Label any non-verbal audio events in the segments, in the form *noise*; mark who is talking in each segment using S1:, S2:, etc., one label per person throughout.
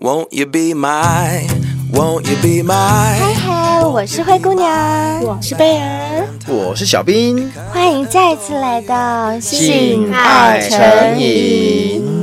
S1: Won't you be my? Won't you be
S2: 嗨
S1: my?
S2: 嗨，我是灰姑娘，
S3: 我是贝儿，
S4: 我是小兵，
S2: 欢迎再次来到
S3: 性爱成瘾。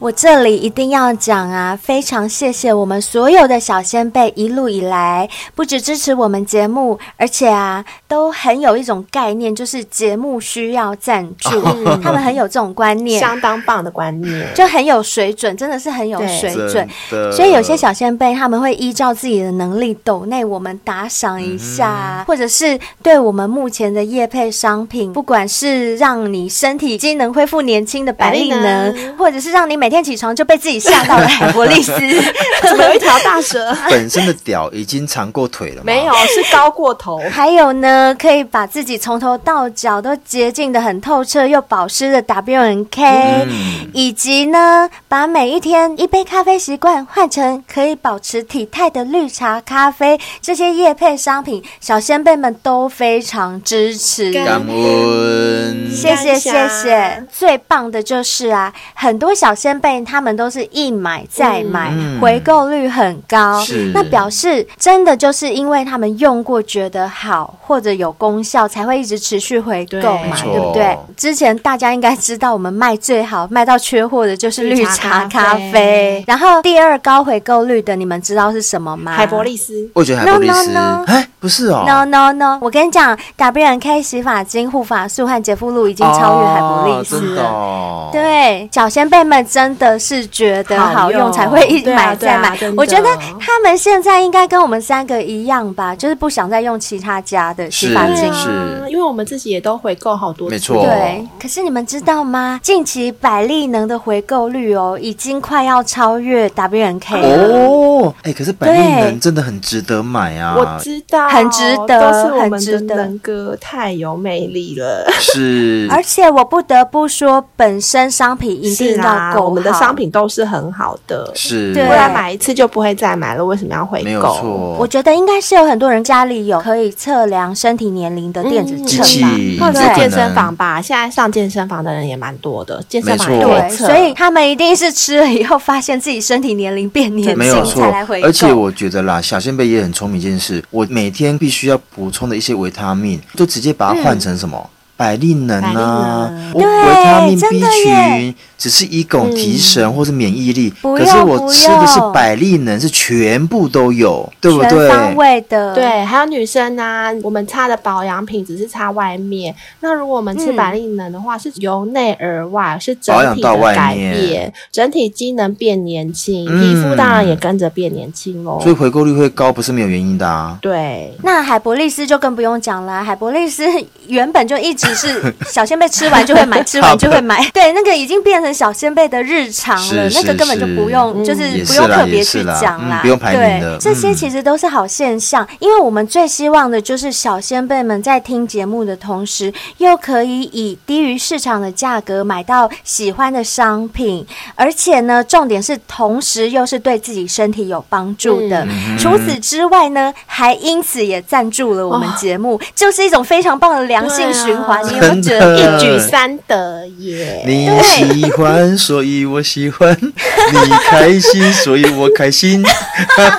S2: 我这里一定要讲啊，非常谢谢我们所有的小先辈一路以来，不止支持我们节目，而且啊，都很有一种概念，就是节目需要赞
S3: *laughs*
S2: 助，他们很有这种观念，
S3: 相当棒的观念。
S2: 就很有水准，真的是很有
S3: 对
S2: 水准
S4: 真。的。
S2: 呃所以有些小先辈他们会依照自己的能力抖内我们打赏一下，或者是对我们目前的业配商品，不管是让你身体机能恢复年轻的百利
S3: 百
S2: 能
S3: 利，能
S2: 或者是让你每天起床就被自己吓到的哎海博利斯，
S3: *laughs* 怎么有一条大 *laughs* 蛇？
S4: 本身的屌已经长过腿了
S2: *laughs*
S4: 吗？
S3: 没有，，是高过头。
S2: 还有呢，可以把自己从头到脚都洁净的很透彻又保湿的 W N K，、以
S4: 嗯
S2: 及呢，把每一天一杯咖啡习惯换成可以保持体态的绿茶咖啡，这些夜配商品，小先辈们都非常支持。
S3: 干
S4: 感恩。
S2: 谢谢
S3: 感
S2: 谢
S3: 谢
S2: 谢，最棒的就是啊，很多小先辈他们都是一买再买，
S4: 嗯
S2: 回购率很高
S4: 是，
S2: 那表示真的就是因为他们用过觉得好或者有功效，才会一直持续回
S3: 对
S2: 购
S3: 没
S2: 嘛，
S4: 错
S2: 对不对？之前大家应该知道，我们卖最好卖到缺货的就是绿
S3: 绿
S2: 茶咖
S3: 茶咖
S2: 啡
S3: 啡，
S2: 然后第二高回购率的，你们知道是什么吗？
S3: *laughs* 海博
S4: 哦
S3: 利斯，
S4: 我觉得海博利斯，
S2: No, no, no
S4: 哎，不是哦
S2: No no no！我跟你讲，W N K 洗发精、护发素和洁肤露已经超越海博利斯
S4: 哦哦真
S2: 了。
S4: 的哦，
S2: 对，小先辈们真的是觉得好
S3: 好
S2: 用
S3: 用
S2: 才会一
S3: 对啊
S2: 买
S3: 对啊
S2: 再买
S3: 真。的
S2: 我觉得他们现在应该跟我们三个一样吧，就是不想再用其他家的洗发
S3: 对
S2: 精。
S3: 啊，因为我们自己也都回购好多次，
S4: 没错
S2: 对，可是你们知道吗？近期百利能的回购率哦，已经快要超越 W N K 了。
S4: 哦，哎，可是百利
S2: 对
S4: 能真的很值得买啊，
S3: 我知道，
S2: 很值得
S3: 都是我
S2: 很
S3: 们
S2: 值得
S3: 的能哥太有魅力了。
S4: 是
S2: 而且我不得不说，本身商品一定
S3: 是
S2: 要
S3: 啊，
S2: 够
S3: 我们的
S2: 好
S3: 商品都是很好的，
S4: 是，
S2: 对
S3: 不然买一次就不会再买了。为什么要回
S4: 没有
S3: 购？
S4: 错，
S2: 我觉得应该是有很多人家里有可以测量身体年龄的电子
S3: 嗯
S4: 机
S2: 秤吧。
S4: 器
S3: 或者
S4: 有
S3: 是
S4: 可
S3: 健身
S4: 能
S3: 房吧，现在上健身房的人也蛮多的，健身房
S4: 没
S3: 也
S4: 错
S3: 会
S2: 对，
S3: 测，
S2: 所以他们一定是吃了以后发现自己身体年龄变年
S4: 没有
S2: 轻
S4: 错
S2: 才来回，购。
S4: 而且我觉得啦，小仙贝也很聪明一件事，我每天必须要补充的一些维他命，就直接把它换成什么？百利能啊，
S2: 嗯百
S4: 我
S2: 利能
S4: 维他命
S2: 对
S4: B
S2: 真的耶嗯
S4: 群只是一种提神或是免疫力，
S2: 不
S4: 可是
S2: 用
S4: 我
S2: 不
S4: 吃的是
S2: 用
S4: 百利能，是全部都有，对不
S2: 全
S4: 对？
S2: 方位的，
S3: 嗯对，还有女生啊，我们擦的保养品只是擦外面，那如果我们吃
S2: 嗯
S3: 百利能的话，是由内而外，是整
S4: 保养
S3: 体
S4: 到
S3: 的
S4: 外
S3: 改
S4: 面
S3: 变，整体机能变年轻，
S4: 嗯
S3: 皮肤当然也跟着变年轻喽。
S4: 所以回购率会高，不是没有原因的啊。
S3: 对，
S2: 那海博利斯就更不用讲了，海博利斯原本就一直
S4: *laughs*
S2: 是小仙贝吃完就会买，吃完就会买，对，那个已经变成小仙贝的日常了，
S4: 是
S2: 那个
S4: 是
S2: 根本就不
S4: 是
S2: 用，就
S4: 也
S2: 不
S4: 是
S2: 用
S4: 啦
S2: 特
S4: 也
S2: 别
S4: 是
S2: 去
S4: 啦
S2: 讲
S4: 嗯
S2: 啦，
S4: 不用排
S2: 对
S4: 名的
S2: 这些
S4: 嗯
S2: 其实都是好现象，因为我们最希望的就是小仙贝们在听节目的同时，又可以以低于市场的价格买到喜欢的商品，而且呢，重点是同时又是对自己身体有帮助的。
S4: 嗯
S2: 除此之外呢，还因此也赞助了我们节目，就是一种非常棒的良性循环。
S3: 对
S2: 你
S3: 啊
S2: 有没有觉得？
S4: 真的
S3: 一举三得耶。
S4: 你喜欢，所以我喜欢；你开心，所以我开
S2: *laughs*
S4: 心。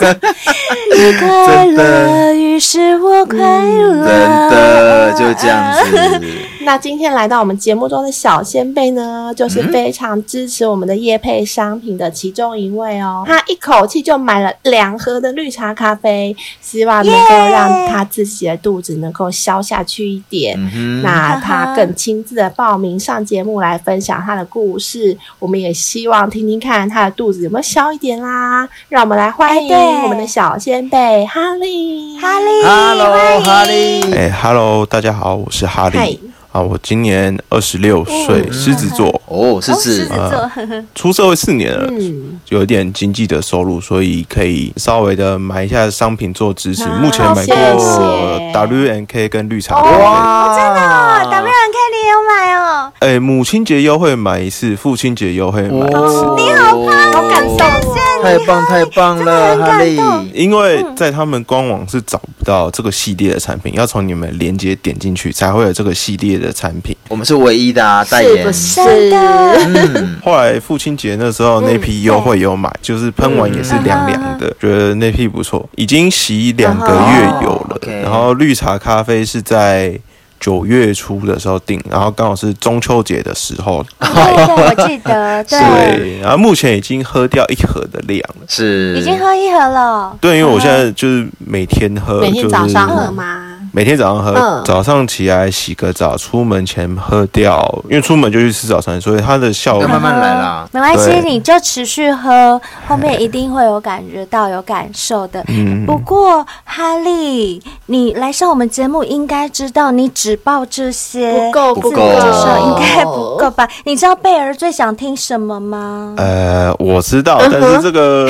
S2: 你快
S4: 真
S2: 乐，
S4: 的
S2: 于是我快乐。
S4: 真的就这样子。
S3: 那今天来到我们节目中的小先辈呢，就是
S4: 嗯
S3: 非常支持我们的叶配商品的其中一位哦。他一口气就买了两盒的绿茶咖啡，希望能够让他自己的肚子能够消下去一点。
S4: 嗯哼，
S3: 那他更亲自的报名上节目来分享他的故事，我们也希望听听看他的肚子有没有消一点啦。让我们来欢迎
S2: 哎对
S3: 我们的小先辈哈利，
S2: 哈利
S4: Hello，哈利。
S5: 哎、哈喽，大家好，我是哈
S3: 嗨哦
S5: 利啊，我今年二十六岁，狮子座，
S4: 哦，是
S2: 哦狮
S4: 指
S2: 子座，呵呵
S5: 出社会四年了，
S3: 嗯，
S5: 有一点经济的收入，所以可以稍微的买一下商品做支持。
S3: 啊
S5: 目前买过
S3: 谢谢
S5: W N K 跟绿茶
S3: 哦
S5: 咖啡，
S4: 哇，真的
S2: 哦，W N K 你也有买哦？
S5: 哎，母亲节优惠买一次，父亲节优惠买一次。
S4: 哦，
S2: 你好棒
S3: 好感动哦，
S4: 太棒太棒了，
S2: 真的很
S4: 哈
S2: 感
S4: 利！
S2: 动
S5: 因为在他们官网是找不到这个系列的产品，要从你们连接点进去才会有这个系列的产品。
S4: 我们是唯一的啊，代
S3: 是
S4: 言
S3: 不。是？
S2: 真的，
S4: 嗯，
S5: 后来父亲节那时
S3: 嗯
S5: 候那批优惠有买，就是喷完也是凉凉的，觉得那批不错，已经洗两个月有
S4: 哦
S3: 嗯
S5: 了。
S4: ，OK
S5: 然后绿茶咖啡是在九月初的时候订，然后刚好是中秋节的时候，
S2: 对对，我记得，对，
S5: 对，然后目前已经喝掉一盒的量了。
S4: 是
S2: 已经喝一盒了，
S5: 对，因为我现在就是每天
S4: 呃
S3: 嗯
S5: 喝，
S3: 每天早上
S5: 就是
S3: 喝吗？
S5: 每天早上喝，
S3: 嗯
S5: 早上起来洗个澡，出门前喝掉，因为出门就去吃早餐，所以它的效果
S4: 要哦慢慢来啦。
S2: 没关系，
S5: 对
S2: 你就持续喝，后面一定会有感觉到、有感受的。
S4: 嗯
S2: 不过，哈利，你来上我们节目，应该知道你只报这些
S3: 不够哦
S4: 不够哦
S3: 够，
S2: 至少应该不够吧？你知道贝儿最想听什么吗？
S5: 呃，我知道，但是这个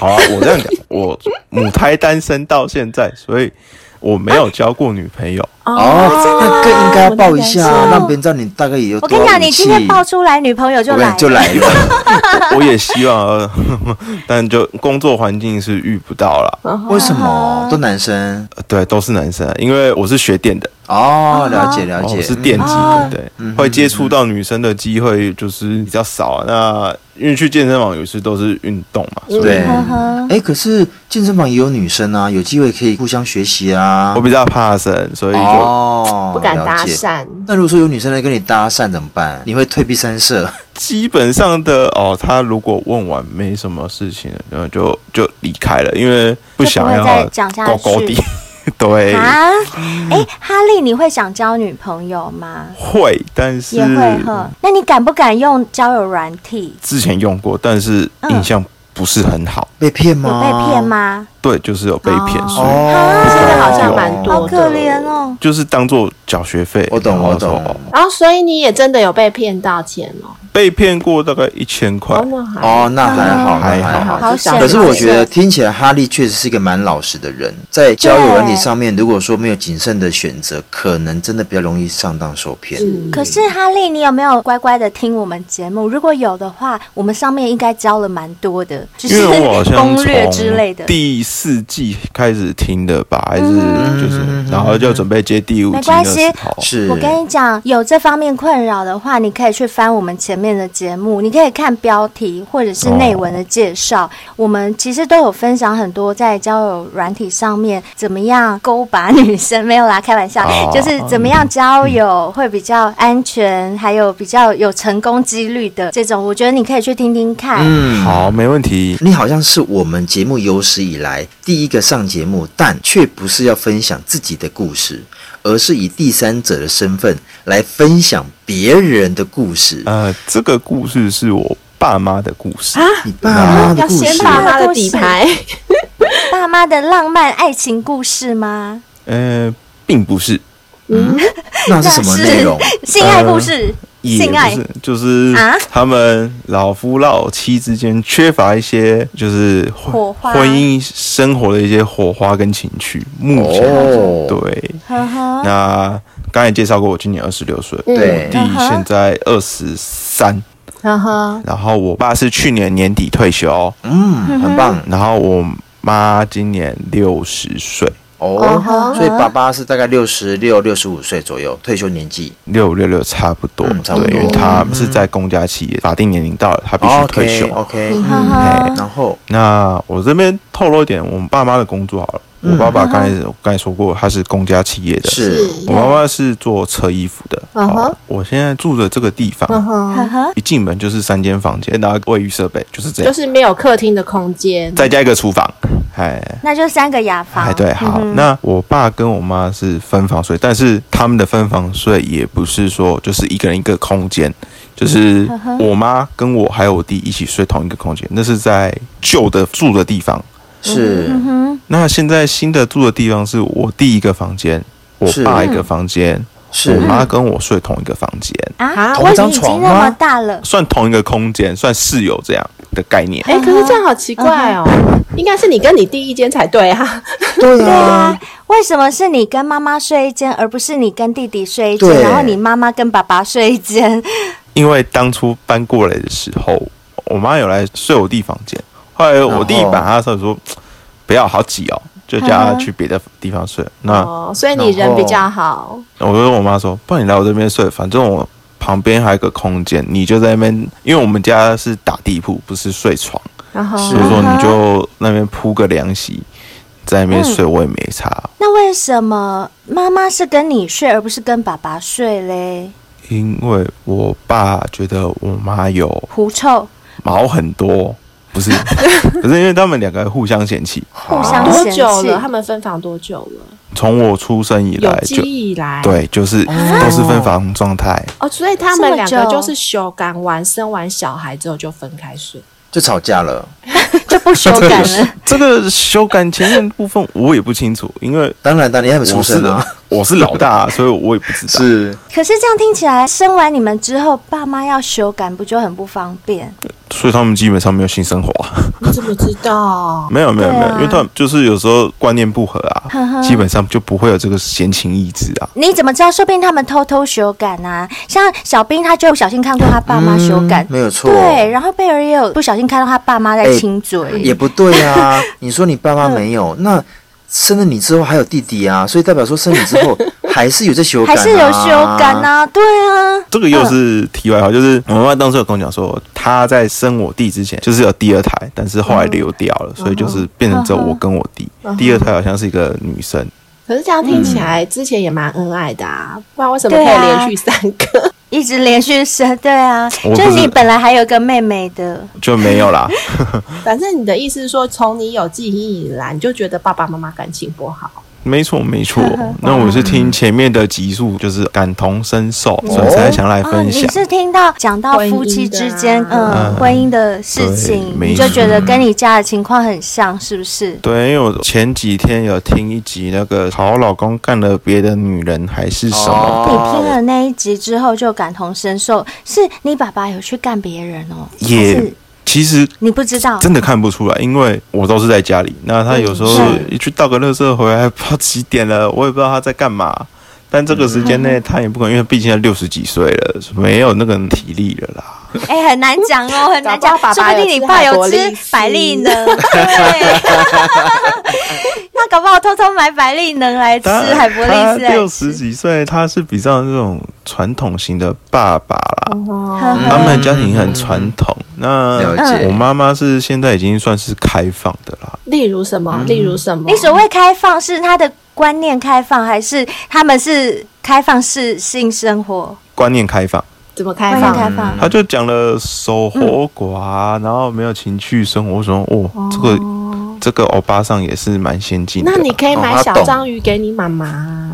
S5: 好啊，我这样讲，我母胎单身到现在，所以我没有交过女朋友。
S4: 哦，
S2: 啊
S4: 那更应该要报一下
S3: 我，
S4: 让别人知道你大概也有
S2: 我
S4: 多少
S2: 跟你讲，你今天
S4: 武器
S2: 爆出来，女朋友就
S4: 我跟
S2: 来
S4: 你就
S2: 了。
S4: 来了。
S5: 我也希望，呃 *laughs* 但就工作环境是遇不到啦。
S4: *laughs* 为什
S2: 哦
S4: 么都男生？
S5: 呃对，都是男生，因为我是学电的，
S2: 嗯
S4: 哦，了解了
S5: 然后
S4: 解，
S5: 我是电机
S2: 哦
S5: 的，对，会接触到女生的机会就是比较少啊。那因为去健身房有时都是运动嘛，
S2: 嗯
S5: 所以
S4: 对。
S2: 呵呵
S4: 哎，可是健身房也有女生啊，有机会可以互相学习啊。
S5: 我比较怕生，所以就、
S4: 哦，
S3: 不敢搭
S4: 了解。
S3: 讪。
S4: 那如果说有女生来跟你搭讪怎么办？你会退避三舍？
S5: 基本上的哦，他如果问完没什么事情了，然后就就离开了，因为不想
S2: 就不会
S5: 要
S2: 再讲下去
S5: 高高低。 *laughs* 对，
S2: 啊，
S4: 嗯
S2: 哎，哈利，你会想交女朋友吗？
S5: 会，但是
S2: 也会呵。那你敢不敢用交友软体？
S5: 之前用过，但是印象不是很好。
S4: 被骗
S2: 有
S4: 吗？
S2: 被骗？吗？
S5: 对，就是有被骗，
S2: 哦
S5: 所以
S4: 哦，
S3: 现在好像蛮多的
S2: 好可怜哦。
S5: 就是当做缴学费。
S4: 我懂
S5: 然后
S4: 我懂
S5: 说哦
S3: 然后，所以你也真的有被骗到钱哦？
S5: 被骗过大概一千块
S3: 哦，，那还
S4: 哦，那还好，
S5: 还
S4: 那还
S5: 好
S4: 好。
S2: 好
S3: 至少
S2: 险
S4: 可是我觉得
S2: 好
S4: 听起来哈利确实是一个蛮老实的人，在交友软体上面，如果说没有谨慎的选择，可能真的比较容易上当受骗。
S2: 可是哈利，你有没有乖乖的听我们节目？如果有的话，我们上面应该教了蛮多的，就
S5: 因
S2: 是
S5: 为我好像
S2: *laughs* 攻
S5: 从
S2: 略之类的。
S5: 第四季开始听的吧，还是就是，
S4: 嗯
S5: 然后就准备接第五
S2: 嗯没
S5: 季的
S2: 关系
S5: 时候。
S4: 是，
S2: 我跟你讲，有这方面困扰的话，你可以去翻我们前面的节目，你可以看标题或者是
S4: 哦
S2: 内文的介绍。我们其实都有分享很多在交友软体上面怎么样勾把女生，没有啦，开玩笑，
S5: 哦
S2: 就是怎么样交友会比较安全，还有比较有成功几率的这种，我觉得你可以去听听看。
S4: 嗯，
S5: 好，没问题。
S4: 你好像是我们节目有史以来第一个上节目，但却不是要分享自己的故事，而是以第三者的身份来分享别人的故事。
S5: 呃，这个故事是我爸妈的故事。
S2: 啊
S4: 你爸妈的
S3: 要
S4: 故
S3: 先
S4: 事，
S3: 把他的底牌，
S2: 爸妈的浪漫爱情故事吗？
S5: 呃，并不是，
S4: 那是什么内容？呃
S2: 性爱故事，
S5: 也
S2: 性
S5: 不
S2: 爱
S5: 是，就是
S2: 啊
S5: 他们老夫老妻之间缺乏一些就是婚
S2: 火花
S5: 婚姻生活的一些火花跟情趣。目前、
S4: 哦
S5: 对，
S2: 呵呵，
S5: 那刚才介绍过，我今年二十六岁，
S2: 嗯
S3: 嗯
S5: 我
S4: 对
S5: 弟现在二十三，
S3: 呵呵，
S5: 然后我爸是去年年底退休，
S4: 嗯，很棒
S5: 然后我妈今年六十岁，
S4: 哦。所以爸爸是大概六十六、六十五岁左右退休年纪。
S5: 六六六差不多，
S4: 嗯差不多
S5: 对，因为他是在公家企业，法定年龄到了，他必须退休。
S4: 哦 OK，
S2: 呵
S4: 嗯，
S2: 呵。
S4: 然后
S5: 那我这边透露一点我们爸妈的工作好了，我爸爸刚才我刚才说过，他是公家企业的，
S4: 是
S5: 我妈妈是做车衣服的。
S3: 嗯哼嗯
S5: 好我现在住的这个地方，
S3: 呵呵，
S5: 一进门就是三间房间，然后卫浴设备就是这
S3: 就
S5: 样，
S3: 是没有客厅的空间。
S5: 再加一个厨房，哎。
S2: 那就三个雅房。
S5: 哎，对，好，那我爸跟我妈是分房睡，但是他们的分房睡也不是说就是一个人一个空间，就是我妈跟我还有我弟一起睡同一个空间，那是在旧的住的地方。
S4: 是
S5: 那现在新的住的地方是我弟一个房间，我
S4: 是
S5: 爸一个房间，我
S4: 是，
S5: 妈跟我睡同一个房间，
S2: 啊，
S4: 同
S2: 我
S4: 一张
S2: 已经
S4: 床
S2: 那
S4: 吗
S2: 么大了，
S5: 算同一个空间，算室友这样的概念。
S2: 嗯
S3: 哎，可是这样好奇怪哦，应该是你跟你弟一间才对啊。
S4: 对
S2: 对啊，，为什么是你跟妈妈睡一间，而不是你跟弟弟睡一间，
S4: 对
S2: 然后你妈妈跟爸爸睡一间？ *laughs*
S5: 因为当初搬过来的时候，我妈有来睡我弟房间，后来我弟
S4: 然后
S5: 把他厕所说不要好挤哦，就叫他去别的地方睡。那
S3: 哦，所以你
S5: 然
S3: 人
S5: 后
S3: 比较好，
S5: 我就跟我妈说，不然你来我这边睡，反正我旁边还有个空间，你就在那边，因为我们家是打地铺，不是睡床，
S3: 然后
S5: 所以说你就那边铺个凉席，在那边睡我也没差。
S2: 那为什么妈妈是跟你睡，而不是跟爸爸睡嘞？
S5: 因为我爸觉得我妈有
S2: 狐臭， *laughs*
S5: 毛很多，不是， *laughs* 可是因为他们两个互相嫌弃，
S2: 互相
S3: 多
S2: 嫌弃。
S3: 久了？他们分房多久了？
S5: 从我出生以来
S3: 有记
S5: 就
S3: 忆以来，
S5: 对，就是都是分房
S4: *laughs*
S5: 状态，
S3: 哦，所以他们两
S2: 这么
S3: 个
S2: 久
S3: 就是修改完生完小孩之后就分开睡。
S4: 就吵架了。
S2: 就不修改
S5: *laughs*
S2: 了。
S5: 这个修改前面部分我也不清楚，因为
S4: 当然，当然，因为他们出
S5: 我是
S4: 生啊，
S5: 我是
S4: *laughs*
S5: 老大，所以我也不知道。
S4: 是
S2: 可是这样听起来，生完你们之后，爸妈要修改，不就很不方便？
S5: 所以他们基本上没有性生活啊，
S3: 你怎么知道？
S5: 没有没有没有
S2: 对，啊
S5: 因为他们就是有时候观念不合啊
S2: 呵呵，
S5: 基本上就不会有这个闲情逸致啊。
S2: 你怎么知道？说不定他们偷偷修改啊。像小兵，他就不小心看过他爸妈
S5: 嗯
S2: 修改，
S4: 没有错。
S2: 对。然后贝尔也有不小心看到他爸妈在
S4: 哎
S2: 亲嘴，
S4: 也不对
S3: *laughs*
S4: 啊。你说你爸妈没
S3: 嗯
S4: 有，那生了你之后还有弟弟啊，所以代表说生你之
S3: *laughs*
S4: 后还是有在修改、
S2: 还
S4: 啊，
S2: 是有修改。啊。对啊，
S5: 这个又是题
S3: 嗯
S5: 外话，就是我妈妈当时有跟我讲说，她在生我弟之前就是有第二胎，但是
S3: 嗯
S5: 后来流掉了，所以就是变成只有我跟我弟。第二胎好像是一个女生，
S3: 可是这样听起来之前也蛮恩爱的啊，不然为什么可以连续三个？ *laughs*
S2: 一直连续生，对啊，
S5: 我不
S2: 就是是你本来还有个妹妹的，
S5: 就没有啦。
S3: 反正你的意思是说，从你有记忆以来，你就觉得爸爸妈妈感情不好，
S5: 没错，没错。
S2: *laughs*
S5: 那我是听前面的集数，就是感同身受，所以才想来
S2: 哦，
S5: 分
S2: 你
S5: 享。
S2: 是听到讲到
S3: 婚姻
S2: 夫妻
S3: 的
S2: 之
S3: 啊
S2: 间，嗯，
S5: 嗯
S2: 婚姻的事
S5: 对
S2: 情，
S5: 没
S2: 你就觉得
S5: 错
S2: 跟你家的情况很像，是不是？
S5: 对，因为我前几天有听一集那个好老公干了别的女人还是什么，
S2: 你
S4: 哦
S2: 听了那一集之后就感同身受，是你爸爸有去干别人哦，还
S5: 也
S2: 是
S5: 其实
S2: 你不知道，
S5: 真的看不出来，因为我都是在家里。那他有时候
S2: 嗯
S5: 一去倒个垃圾回来，不知道几点了，我也不知道他在干嘛。但这个时间
S2: 嗯
S5: 内，他也不可能，因为毕竟他六十几岁了，没有那个体力了啦。
S2: 哎、很难讲哦，很难
S3: *laughs* 搞
S2: 讲，
S3: 不好
S2: 说
S3: 爸爸
S2: 不定
S3: 有
S2: 你
S3: 吃
S2: 爸
S3: 海
S2: 有
S3: 博
S2: 吃
S3: 利斯
S2: 百利能，对， *laughs* 那搞不好偷偷买百利能来 *laughs* 吃
S5: 他
S2: 海博利
S5: 他
S2: 斯来
S5: 六
S2: 吃
S5: 十几岁，他是比较那种传统型的爸爸啦。
S2: 哦呵
S3: 嗯
S5: 他
S2: 呵
S5: 们的家庭很传统。那
S4: 了解
S5: 我妈妈是现在已经算是开放的啦。
S3: 例如什
S4: 嗯
S3: 么？例如什么？
S2: 你所谓开放是他的观念开放，还是他们是开放式性生活？
S5: 观念开放，
S3: 怎么
S2: 观
S3: 开
S2: 念
S3: 放？
S2: 开
S4: 嗯
S2: 放，
S5: 他就讲了守活寡，
S2: 嗯
S5: 然后没有情趣生活，我说哦，这个这个欧巴桑也是蛮先进的
S3: 那
S5: 啦。
S3: 你可以
S4: 哦
S3: 买
S4: 他
S3: 小
S4: 懂
S3: 章鱼给你妈妈。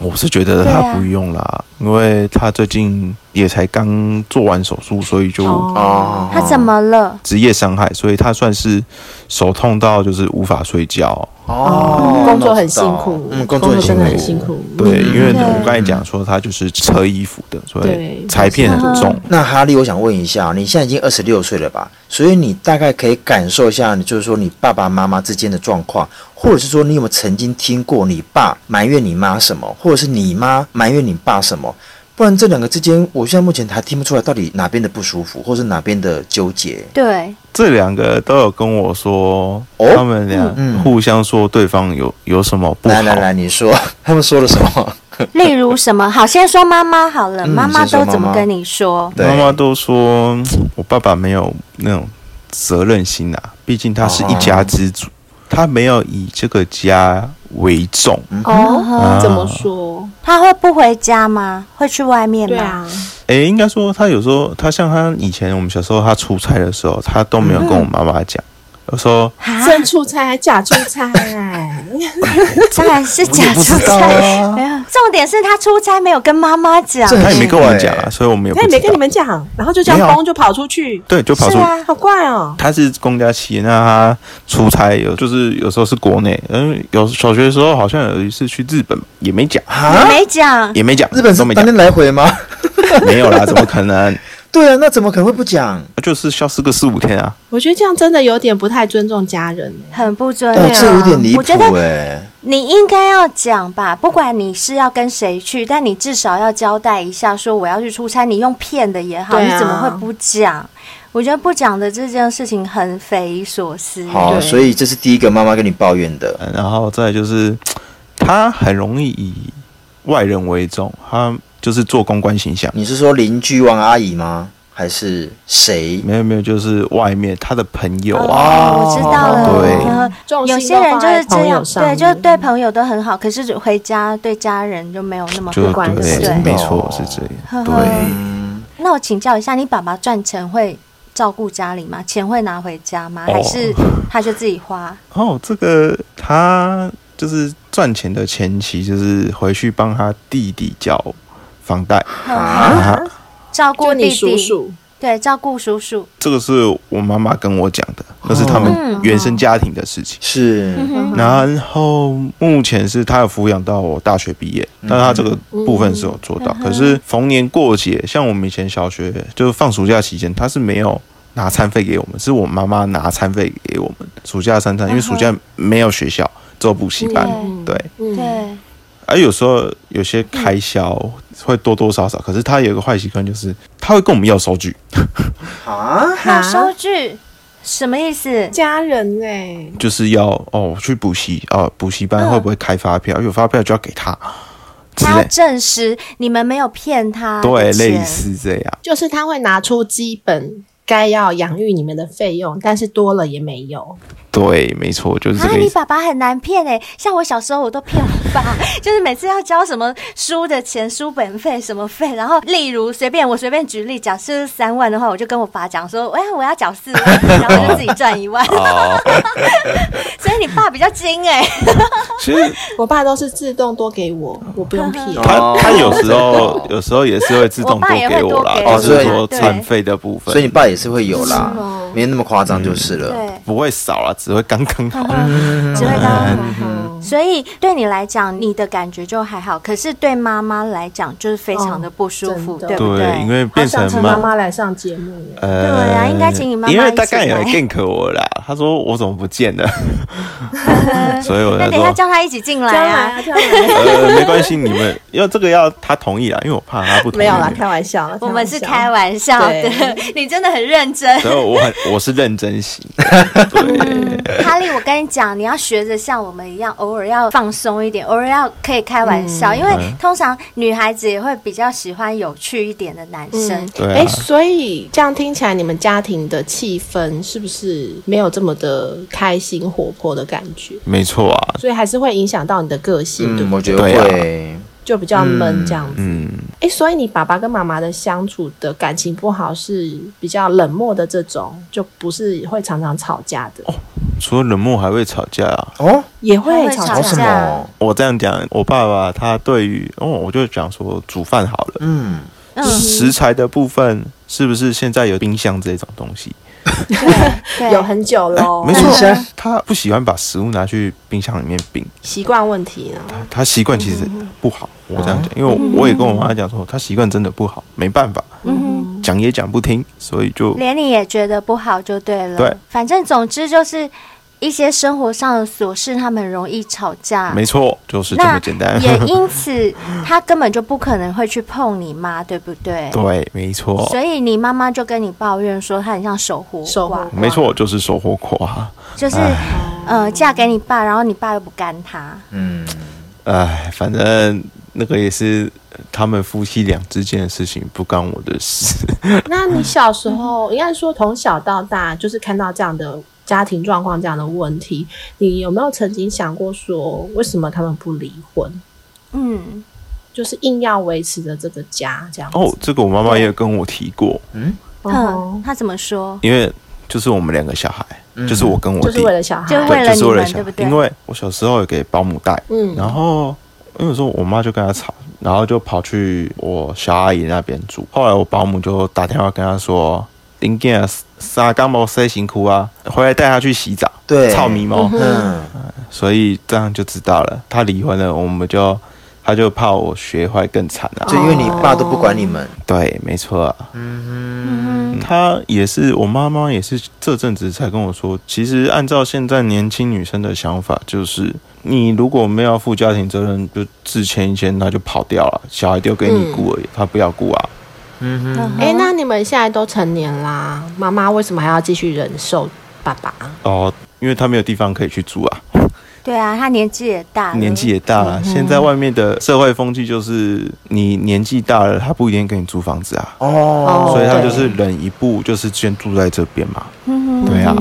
S5: 我是觉得
S2: 对啊
S5: 他不用啦，因为他最近也才刚做完手术，所以就
S4: 哦，
S2: 他怎么了？
S5: 职业伤害，所以他算是手痛到就是无法睡觉。
S4: 哦，
S3: 嗯工作
S4: 那我
S3: 很
S4: 知
S3: 辛
S4: 道
S3: 苦，
S4: 嗯，工
S3: 工
S4: 作
S3: 真的很辛。苦。
S5: 对，因为
S2: 对
S5: 我刚才讲说他就是扯衣服的，所以
S3: 对嗯
S5: 裁片很重。
S4: 那哈利，我想问一下，你现在已经二十六岁了吧？所以你大概可以感受一下，就是说你爸爸妈妈之间的状况，或者是说你有没有曾经听过你爸埋怨你妈什么，或者是你妈埋怨你爸什么？不然这两个之间，我现在目前还听不出来到底哪边的不舒服，或是哪边的纠结。
S2: 对，
S5: 这两个都有跟我说，
S4: 哦
S5: 他们俩
S4: 嗯嗯
S5: 互相说对方有有什么不好。
S4: 来来来，你
S5: *laughs*
S4: 说他们说了什么？
S2: 例如什么？好，先说妈妈好了，
S4: 嗯
S2: 妈妈
S4: 先说
S2: 都怎
S4: 妈
S2: 么
S4: 妈
S2: 跟你说？
S4: 对
S5: 妈妈都说嗯我爸爸没有那种责任心啊，毕竟他是一家之
S4: 哦
S5: 主，他没有以这个家为重。
S3: 哦
S5: 啊，
S3: 怎么说？
S2: 他会不回家吗？会去外面
S3: 对
S2: 吗？
S3: 啊，
S5: 诶，应该说他有时候，他像他以前我们小时候，他出差的时候，他都没有跟
S4: 嗯
S5: 我妈妈讲。有时候
S2: 啊
S3: 正出差假出
S4: *laughs*
S3: 差，
S2: 当然是假出差，
S4: 道啊
S2: 没有。重点是他出差没有跟妈妈讲
S4: 这，
S5: 他也没跟我们
S4: 很奇怪
S5: 讲啊，所以我们也不
S3: 他也
S5: 知
S3: 没跟
S5: 道
S3: 你。们讲，然后就这样
S5: 没有
S3: 嘣就跑出去，
S5: 对，就跑
S2: 是
S5: 出
S2: 啊，
S3: 好怪哦。
S5: 他是公家企业，那他出差有就是有时候是国内，嗯，有小学的时候好像有一次去日本也没讲，
S4: 啊
S2: 没讲，
S5: 也没讲，
S4: 日本是
S5: 都没
S4: 当
S5: 讲
S4: 天，来回吗？
S5: 没有啦，怎么可能？
S4: 对啊，那怎么可能会不讲？
S5: 就是消失个四五天啊。
S3: 我觉得这样真的有点不太尊重家人、欸。
S2: 很不尊
S4: 哦
S2: 重，，
S4: 这有点离
S2: 啊我觉得
S4: 谱哎。
S2: 你应该要讲吧，不管你是要跟谁去，但你至少要交代一下，说我要去出差，你用骗的也好，
S3: 对啊
S2: 你怎么会不讲？我觉得不讲的这件事情很匪夷所思。
S4: 好，
S3: 对
S4: 所以这是第一个妈妈跟你抱怨的。
S5: 呃然后再来就是，他很容易以外人为重，他就是做公关形象。
S4: 你是说邻居王阿姨吗？还是谁？
S5: 没有没有，就是外面他的朋友啊，
S2: 哦，我知道
S5: 对
S2: 了。呃
S3: 重
S2: 有
S3: 心
S2: 些人就
S3: 都放在
S2: 是这
S3: 朋友
S2: 样，
S3: 上
S2: 对，
S3: 面
S2: 就是对朋友都很好，可是只回家对家人就没有那么
S5: 就
S2: 好。
S3: 关
S5: 对，
S3: 系
S5: 没
S4: 哦
S5: 错是这样，
S2: 呵呵
S5: 对。
S4: 嗯，
S2: 那我请教一下，你爸爸赚钱会照顾家里吗？钱会拿回家吗？
S5: 哦
S2: 还
S5: *laughs*
S2: 是他就自己花？
S5: 哦，这个他就是赚钱的前期，就是回去帮他弟弟缴房贷啊。
S2: 照顾
S3: 就
S2: 弟
S3: 你
S2: 弟，
S3: 叔叔，
S2: 对，照顾叔叔。
S5: 这个是我妈妈跟我讲的，那是他
S2: 嗯
S5: 们原生家庭的事情。
S4: 是
S2: 嗯
S5: 然后目前是他有抚养到我大学毕业，
S2: 嗯
S5: 但他这个部分是有做到。可是逢年过节，像我们以前小学就是放暑假期间，他是没有拿餐费给我们，是我妈妈拿餐费给我们。暑假三餐，因为暑假没有学校，只有补习班，
S2: 嗯
S5: 对。
S3: 嗯，
S2: 对，
S5: 而啊有时候有些开销会多多少少，可是他有一个坏习惯，就是他会跟我们要收据。
S4: 啊，
S2: 要
S3: 哈
S2: 收据什么意思？
S3: 家人哎、
S5: 就是要哦，我去补习啊，哦补习班会不会开发票？有发票就要给他之
S2: 他要
S5: 类，
S2: 证实你们没有骗他的
S5: 对，
S2: 钱
S5: 类。似这样。
S3: 就是他会拿出基本该要养育你们的费用，但是多了也没有。
S5: 对，没错，就是这
S2: 啊，
S5: 个
S2: 你
S5: 意思。
S2: 爸爸很难骗哎、像我小时候我都骗我爸， *laughs* 就是每次要交什么书的钱、书本费什么费，然后例如随便我随便举例，假设是三万的话，我就跟我爸讲说，哎，我要缴四
S5: *laughs*
S2: 万，然后我就自己赚一万，
S5: 哦，
S2: *laughs* 所以你爸比较精哎、
S5: 其实
S3: 我爸都是自动多给我，我不
S5: *laughs*
S3: 用骗。
S5: 他他有时
S4: 哦
S5: 候有时候也是会自动
S2: 我爸也会
S5: 给我啦，
S2: 多
S4: 给
S5: 就是
S4: 我
S5: 说
S2: 对
S5: 餐费的部分，
S4: 所以你爸也是会有啦
S3: 是哦，
S4: 没那么夸张就是了。
S2: 对。
S5: 不会少啦，只会刚刚好。
S2: 只会当
S3: 嗯
S2: 所以对你来讲，你的感觉就还好，可是对妈妈来讲就是非常的不舒服，
S3: 哦真的
S2: 对不
S5: 对，因为
S3: 好
S5: 变
S3: 想成
S5: 成
S3: 妈妈来上节目耶，
S5: 呃，
S2: 对啊应该请你妈妈
S5: 因为
S2: 一
S5: 大
S2: 起
S5: 概有人
S2: 来
S5: gank 我啦，他说我怎么不见了， *laughs* 所以我
S2: 那
S5: 才
S2: 等一下
S5: 说
S2: 叫他一起进来
S3: 将
S2: 啊！
S3: 来啊，将来。
S5: 呃没关系，你们要这个要他同意啦，因为我怕他不同
S3: 没
S5: 意
S3: 有。啦，开玩笑啦。
S2: *laughs* 我们是
S3: 开
S2: 开
S3: 玩
S2: 玩笑的 *laughs*
S3: 对，
S2: 你真的很认真。
S5: *laughs* 所以我很我是认真型，
S2: 嗯哈利，我跟你讲，你要学着像我们一样，偶尔要放松一点，偶尔要可以开玩笑，
S5: 嗯
S2: 因为通常女孩子也会比较喜欢有趣一点的男
S3: 笑。
S2: 生
S3: 嗯。，
S5: 对啊
S3: 哎、所以这样听起来，你们家庭的气氛是不是没有这么的开心活泼的感觉？
S5: 没错啊，
S3: 所以还是会影响到你的个性，对
S4: 嗯，
S3: 不
S4: 我
S3: 对？
S4: 觉得
S5: 对啊
S4: 会。
S3: 就比较闷这样子。
S5: 嗯，
S3: 哎、所以你爸爸跟妈妈的相处的感情不好是比较冷漠的这种，就不是会常常吵架
S5: 哦
S3: 的，
S5: 除了冷漠还会吵架啊。
S4: 哦，
S3: 也会吵
S2: 还会
S3: 架。
S2: 吵
S4: 搞什
S2: 架
S4: 么？
S5: 我这样讲，我爸爸他对于哦，我就讲说煮饭好了，
S4: 嗯，
S2: 嗯，
S5: 食材的部分是不是现在有冰箱这种东西？
S2: 对
S3: 有很久
S2: 哦
S3: 喽、
S5: 哎没错
S4: 冰箱，
S5: 他不喜欢把食物拿去冰箱里面冰，
S3: 习惯问题啊呢。
S5: 他习惯其实不好。我这样讲，因为我也跟我妈讲说，他习惯真的不好，没办法，
S2: 嗯
S5: 讲也讲不听，所以就
S2: 连你也觉得不好就对了。
S5: 对，
S2: 反正总之就是一些生活上的琐事，他们容易吵架。
S5: 没错，就是这
S2: 那
S5: 么简单。
S2: 也因此，他根本就不可能会去碰你妈，对不对？
S5: *laughs* 对，没错，
S2: 所以你妈妈就跟你抱怨说，她很像守活
S3: 守活
S2: 寡，
S5: 没错，就是收获啊。
S2: 就是呃嫁给你爸，然后你爸又不干她。
S4: 嗯，
S5: 哎，反正那个也是他们夫妻俩之间的事情，不干我
S2: *laughs*
S5: 的事。
S3: 那
S5: 嗯
S3: 你小时候，应该说从小到大，就是看到这样的家庭状况、这样的问题，你有没有曾经想过说，为什么他们不离婚？
S2: 嗯，
S3: 就是硬要维持着这个家这样子。
S5: 哦，这个我妈妈也有跟我提过，
S3: 嗯
S2: 哼
S3: 哼，
S2: 她怎么说？
S5: 因为就是我们两个小孩，就是我跟我
S3: 就是
S5: 弟
S3: 为，了小孩，
S2: 就为
S5: 对，
S2: 了
S5: 就是
S2: 你
S5: 为
S2: 们
S5: 了小
S2: 对不对
S5: 孩。因为我小时候有给保姆带，
S3: 嗯
S5: 然后因为有时候我妈就跟她吵，然后就跑去我小阿姨那边住。后来我保姆就打电话跟她说：“林健沙刚毛塞辛苦啊，回来带她去洗澡。”
S4: 对
S5: 操迷毛。
S4: 嗯，
S5: 所以这样就知道了，他离婚了，我们就他他就怕我学坏更惨啊。
S4: 就因为你爸都不管你们，
S5: 对，没错啊。嗯，她也是，我妈妈也是这阵子才跟我说，其实按照现在年轻女生的想法，就是你如果没有负家庭责任，就自签一签，那就跑掉了，小孩丢给你顾而已，她不要顾啊。
S2: 嗯
S3: 哎、那你们现在都成年啦，妈妈为什么还要继续忍受爸爸？
S5: 哦，因为她没有地方可以去住啊，
S2: 对啊，他年纪也大了，
S5: 年纪也大了，现在外面的社会风气就是你年纪大了，他不一定给你租房子啊，
S3: 哦
S5: 所以她
S3: 对
S5: 就是忍一步，就是先住在这边嘛。对啊。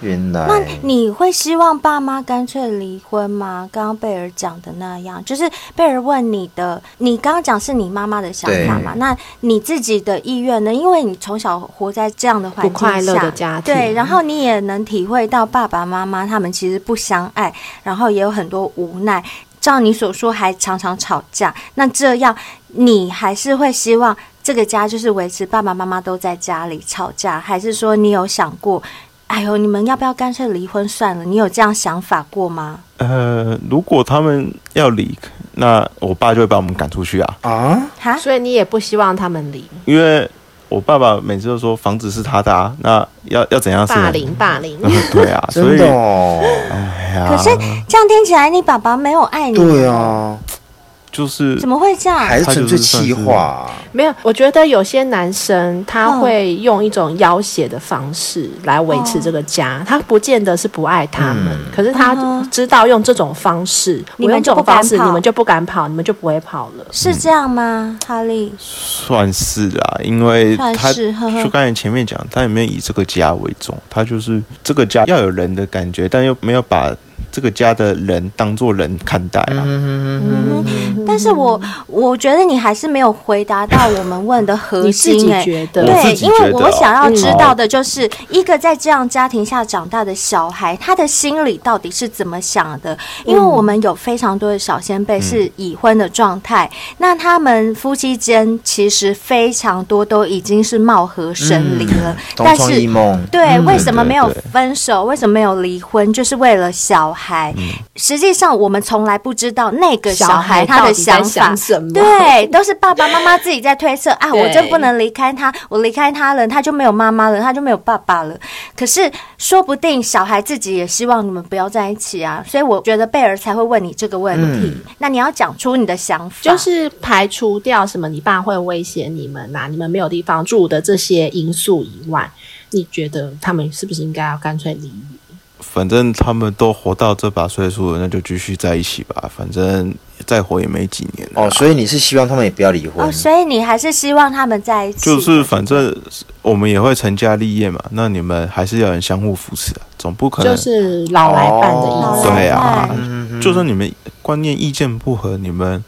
S4: 原来
S2: 那你会希望爸妈干脆离婚吗？刚刚贝尔讲的那样，就是贝尔问你的，你刚刚讲是你妈妈的想法嘛？那你自己的意愿呢？因为你从小活在这样的环境下，
S3: 不快乐的家庭
S2: 对，然后你也能体会到爸爸妈妈他们其实不相爱，然后也有很多无奈。照你所说，还常常吵架。那这样，你还是会希望这个家就是维持爸爸妈妈都在家里吵架，还是说你有想过哎呦，你们要不要干脆离婚算了？你有这样想法过吗？
S5: 呃，如果他们要离，那我爸就会把我们赶出去啊，
S4: 啊，
S2: 哈，
S3: 所以你也不希望他们离
S5: 因为我爸爸每次都说房子是他的、啊，那要要怎样是？
S3: 霸凌霸凌。
S5: 呃 *laughs* 对啊，
S4: *laughs*
S5: 所
S4: 真
S5: 以
S4: 的哦，
S5: 哎呀，
S2: 可是这样听起来，你爸爸没有爱你，
S4: *laughs* 对，啊，
S5: 就是
S2: 怎么会这样？
S4: 还是纯粹气话，
S3: 没有，我觉得有些男生他会用一种要挟的方式来维持这个家，他不见得是不爱他们，
S4: 嗯
S3: 可是他
S2: 嗯哼
S3: 知道用这种方式，
S2: 你
S3: 我
S2: 们
S3: 用
S2: 就
S3: 这
S2: 不
S3: 种方式
S2: 敢跑
S3: 你们就不敢跑，你们就不会跑了。
S2: 是这样吗，哈利？
S5: 算是啦、因为
S2: 算
S5: 他
S2: 是呵呵
S5: 就刚才前面讲，他也没有以这个家为重，他就是这个家要有人的感觉，但又没有把这个家的人当做人看待啊。
S2: 嗯
S5: 嗯
S2: 但是我我觉得你还是没有回答到我们问的核
S3: 你自己
S2: 心、哎。
S3: 觉得？
S5: 我自
S2: 对，
S5: 己
S2: 因为
S5: 觉得
S2: 我
S5: 哦
S2: 想要知道的就是，一个在这样家庭下长大的小孩，他的心里到底是怎么想
S5: 嗯
S2: 的？因为我们有非常多的小先辈是已婚的状态，那他们夫妻间其实非常多都已经是貌合神离
S5: 嗯
S2: 了，
S4: 同
S2: 但
S4: 床
S2: 是
S4: 异梦，
S2: 对，为什么没有
S5: 对嗯对嗯
S2: 分手？为什么没有离婚？就是为了小孩。实际上，我们从来不知道那个
S3: 小
S2: 小孩他
S3: 到
S2: 的
S3: 底在
S2: 想法
S3: 想。什么？
S2: 对，都是爸爸妈妈自己在推
S3: *laughs*
S2: 测啊，
S3: 对
S2: 我就不能离开他，我离开他了，他就没有妈妈了，他就没有爸爸了。可是说不定小孩自己也希望你们不要在一起啊，所以我觉得贝尔才会问你这个问题。
S5: 嗯
S2: 那你要讲出你的想法，
S3: 就是啊排除掉什么你爸会威胁你们啊呐、你们没有地方住的这些因素以外，你觉得他们是不是应该要干脆离？
S5: 反正他们都活到这把岁数了，那就继续在一起吧，反正再活也没几年了啊。
S4: 哦，所以你是希望他们也不要离婚
S2: 哦，，所以你还是希望他们在一起，
S5: 就是反正我们也会成家立业嘛，那你们还是要有人相互扶持啊，总不可能
S3: 就是老来伴的
S2: 老
S3: 意
S2: 来
S3: 思。
S2: 伴
S5: 对啊
S2: 嗯，
S5: 就算你们观念意见不合，你们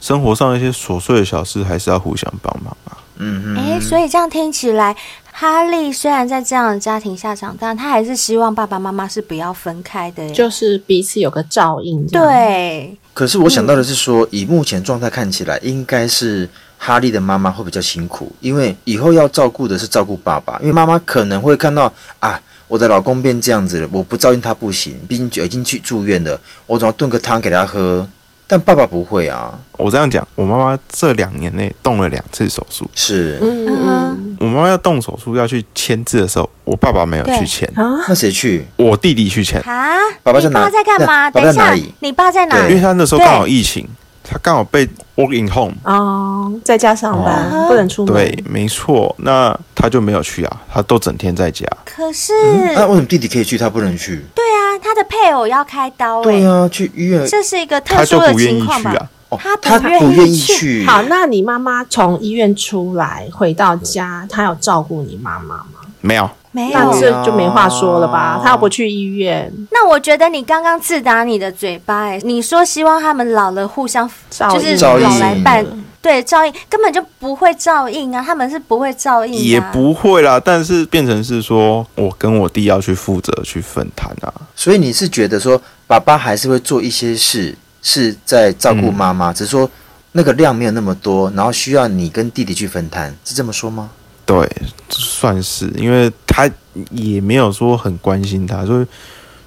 S5: 生活上一些琐碎的小事还是要互相帮忙啊。
S4: 嗯
S2: 哎、
S4: 嗯，
S2: 所以这样听起来，哈利虽然在这样的家庭下长大，他还是希望爸爸妈妈是不要分开的耶。
S3: 就是彼此有个照应。这样，
S2: 对，
S4: 可是我想到的是说，以目前状态看起来，应该是哈利的妈妈会比较辛苦，因为以后要照顾的是照顾爸爸，因为妈妈可能会看到啊，我的老公变这样子了，我不照应他不行，毕竟已经去住院了，我总要炖个汤给他喝。但爸爸不会啊，
S5: 我这样讲，我妈妈这两年内动了两次手术，
S4: 是，啊
S3: 嗯嗯
S5: 我妈妈要动手术要去签字的时候，我爸爸没有
S2: 对
S5: 去签，
S2: 嗯
S3: 啊
S4: 那谁去？
S5: 我弟弟去签，
S2: 啊，
S4: 爸爸在
S2: 你
S4: 哪
S2: 爸在干嘛？
S4: 那爸
S2: 等
S4: 爸
S2: 一
S4: 在哪
S2: 下
S4: 里，
S2: 你爸在哪
S5: 因为
S4: 对
S5: 他那时候
S2: 对
S5: 刚好疫情，他刚好被 work in home。
S3: 哦，在家上班、
S2: 哦
S3: 不能出门。
S5: 对，没错，那他就没有去啊，他都整天在家。
S2: 可是，
S4: 那、啊为什么弟弟可以去，他不能去？
S2: 对啊，他的配偶要开刀哎、
S4: 对啊，去医院
S2: 这是一个特
S5: 他
S2: 殊
S5: 就
S2: 的
S5: 不愿
S2: 情
S5: 意
S2: 况
S5: 去
S2: 吧？
S5: 啊。
S4: 哦
S2: 他，不
S4: 他不
S2: 愿
S4: 愿
S2: 意
S4: 意
S2: 去
S4: 去。
S3: 好，那你妈妈从医院出来回到家，她有照顾你妈妈吗？
S5: 没有，
S2: 没
S3: 那
S2: 有。
S3: 这就没话说了
S5: 哦
S3: 吧？她又不去医院，
S2: 那我觉得你刚刚自打你的嘴巴哎、你说希望他们老了互相
S3: 照
S2: 就
S3: 应
S2: 是
S4: 照应
S2: 老来伴，对照应根本就不会照应啊，他们是不会照应、的啊。
S5: 也不会啦，但是变成是说我跟我弟要去负责去分摊啊。
S4: 所以你是觉得说，爸爸还是会做一些事，是在照顾妈
S2: 嗯
S4: 妈，只是说那个量没有那么多，然后需要你跟弟弟去分摊，是这么说吗？
S5: 对，算是，因为他也没有说很关心他，所以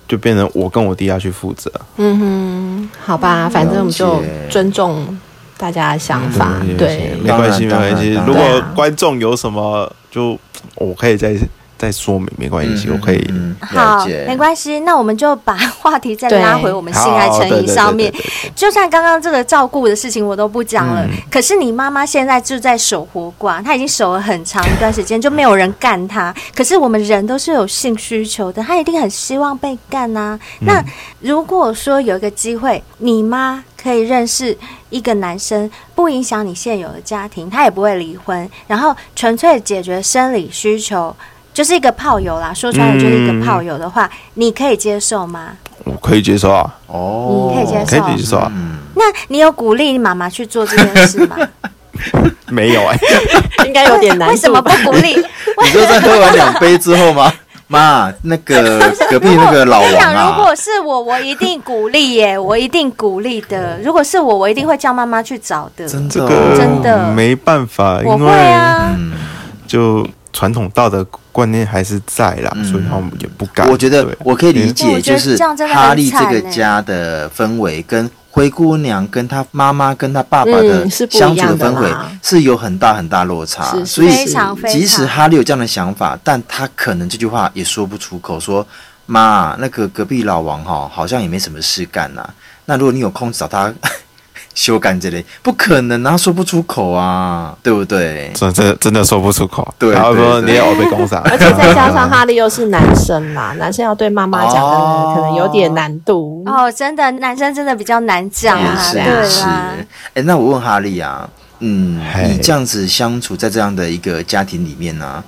S5: 就变成我跟我弟要去负责。
S3: 嗯哼，好吧，反正我们就尊重大家的想法，
S5: 嗯
S3: 对，
S5: 没关系，没
S4: 当然
S5: 关系
S4: 当然。
S5: 如
S3: 当
S5: 果
S3: 然
S5: 观众有什么，就哦我可以再再说明，没关系，我可以。
S4: 嗯了
S2: 好，
S4: 解，
S2: 没关系，那我们就把话题再拉
S3: 对
S2: 回我们性
S5: 好
S2: 爱成
S5: 对
S2: 瘾
S5: 对
S2: 上
S5: 对
S2: 面
S5: 对。对
S2: 就算刚刚这个照顾的事情我都不讲
S5: 嗯
S2: 了，可是你妈妈现在就在守活寡，她已经守了很长一段时间，就没有人干她。可是我们人都是有性需求的，她一定很希望被干呐、
S5: 嗯
S2: 那如果说有一个机会，你妈可以认识一个男生，不影响你现有的家庭，他也不会离婚，然后纯粹解决生理需求。就是一个炮友啦，说穿了就是一
S5: 嗯
S2: 个炮友的话，你可以接受吗？
S5: 我可以接受啊，
S4: 哦，嗯
S2: 可以接
S5: 可
S2: 受
S5: 以接受啊，
S2: *laughs* 那你有鼓励你妈妈去做这件事吗？
S5: 没有哎，
S3: 应 *laughs* 该有点难
S2: 为什
S3: 度
S2: 么不
S3: 吧。
S2: 鼓
S4: *laughs*
S2: 励？
S4: 你就在喝完两杯之后吗？妈，那
S2: *laughs*
S4: 个呃隔壁那个老
S2: 我跟你
S4: 王
S2: 讲，如
S4: 啊
S2: 果，是我，我一定鼓励耶，我一定鼓励的。如果是我，我一定会叫妈妈去找的。
S4: 嗯真
S5: 这
S4: 的
S5: 个
S4: 哦
S2: 真的
S5: 没办法，
S2: 我
S5: 因
S2: 会
S5: 为
S2: 啊，
S5: 就传统道德观念还是在啦，
S4: 嗯
S5: 所以他们也不敢。
S4: 我觉得
S5: 对
S4: 我可以
S5: 因为
S4: 理解，
S2: 我觉得
S4: 就是
S2: 这样真的很
S4: 哈利这
S2: 惨
S4: 个
S2: 欸
S4: 家的氛围跟。灰姑娘跟她妈妈跟她爸爸的
S3: 嗯是不一
S4: 相处
S3: 样的
S4: 氛围
S3: 啦
S4: 是有很大很大落差，
S3: 是是
S4: 所以
S2: 非常非常
S4: 即使哈利有这样的想法，但他可能这句话也说不出口，说妈，那个隔壁老王哈、好像也没什么事干呐、那如果你有空找他 *laughs* 修干之类，不可能啊，说不出口啊，对不对？
S5: 真真真的说不出口。
S4: 对
S5: 然后
S4: 对
S5: 说
S4: 对
S5: 你也被攻杀，
S3: *laughs* 而且再加上哈利又是男生嘛，男生要对妈妈讲
S4: 哦
S3: 的可能有点难度。
S2: 哦，真的，男生真的比较难讲
S4: 嗯也
S2: 啊，
S4: 是
S2: 对
S4: 也是。
S2: 啦。
S4: 哎、那我问哈利啊，嗯，
S5: 嘿
S4: 你这样子相处在这样的一个家庭里面呢、啊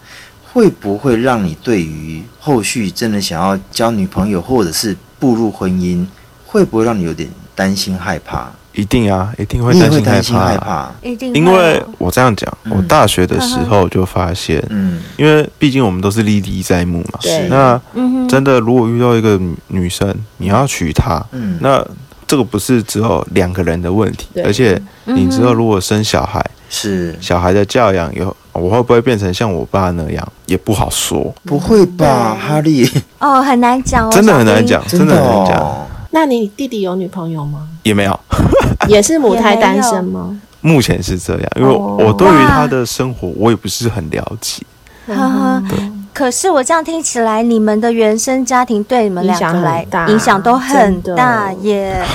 S4: 会不会让你对于后续真的想要交女朋友或者是步入婚姻，会不会让你有点担心害怕？
S5: *laughs* 一定啊，一定会
S4: 你也
S5: 担
S4: 会
S5: 心害
S4: 担心害
S5: 怕。
S4: 怕？
S2: 一定会
S5: 因
S2: 啊，
S5: 为我这样讲，
S4: 嗯
S5: 我大学的时候就发现，
S4: 嗯，
S5: 因为毕竟我们都是历历在目嘛。
S3: 对
S5: 那
S2: 嗯哼，
S5: 真的，如果遇到一个女生，你要娶她，
S4: 嗯
S5: 那这个不是只有两个人的问题，
S3: 对
S5: 而且
S3: 嗯
S5: 你知道，如果生小孩，
S4: 是
S5: 小孩的教养以后，我会不会变成像我爸那样，也不好说，
S4: 不会吧，哈利？
S2: 哦，很难讲哦，
S5: 真的很
S2: 小
S5: 难
S2: 兵。
S5: 讲，真
S4: 真
S5: 的
S4: 的
S5: 很难讲，
S4: 哦，
S3: 那你弟弟有女朋友吗？
S5: 也没有。
S3: *laughs* 也是母胎单身吗？
S5: 目前是这样，因为
S3: 哦
S5: 我对于他的生活，我也不是很了解。
S3: 嗯
S2: 呵呵，可是我这样听起来，你们的原生家庭对你们两个来
S3: 影响很大
S2: 影响都很大
S3: 真的
S2: 耶。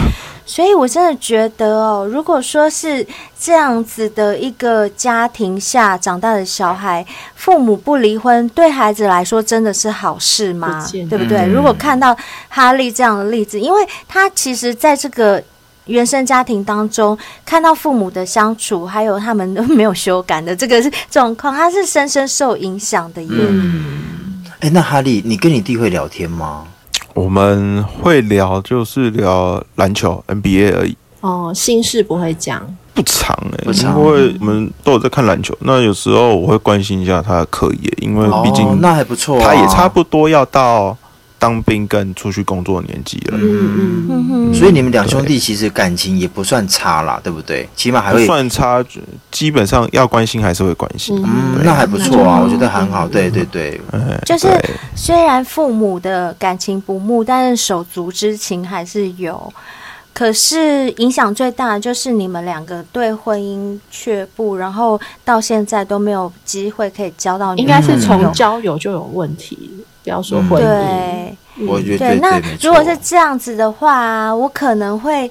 S2: 所以，我真的觉得哦，如果说是这样子的一个家庭下长大的小孩，父母不离婚，对孩子来说真的是好事吗
S3: 不见？得
S2: 对不对？
S4: 嗯
S2: 如果看到哈利这样的例子，因为他其实在这个原生家庭当中，看到父母的相处，还有他们都呃没有修改的这个是状况，他是深深受影响的耶。
S4: 哎、那哈利，你跟你弟会聊天吗？
S5: 我们会聊就是聊篮球 NBA 而已。
S3: 哦，心事不会讲，
S5: 不长哎、
S4: 不长
S5: 因为我们都有在看篮球。那有时候我会关心一下他的课业，因为呃毕
S4: 哦
S5: 竟
S4: 那还不错、啊，
S5: 他也差不多要到当兵跟出去工作的年纪了，
S3: 嗯嗯，
S2: 嗯哼。
S4: 所以你们两兄弟其实感情也不算差啦，对不对？起码还
S5: 不
S4: 会，
S5: 算差，基本上要关心还是会关心。
S4: 嗯，
S5: 对
S4: 那还嗯不错啊，
S3: 那就好
S4: 我觉得很好。对对对，
S5: 哎
S2: 就是
S5: 对
S2: 虽然父母的感情不睦，但是手足之情还是有。可是影响最大的就是你们两个对婚姻却步，然后到现在都没有机会可以交
S4: 嗯
S2: 到女
S3: 应该是
S2: 朋友
S3: 从交友就有问题，不要说婚姻。
S2: 对。
S4: 嗯我觉得
S2: 对，
S4: 对
S2: 那
S4: 对，没错
S2: 如果是这样子的话，我可能会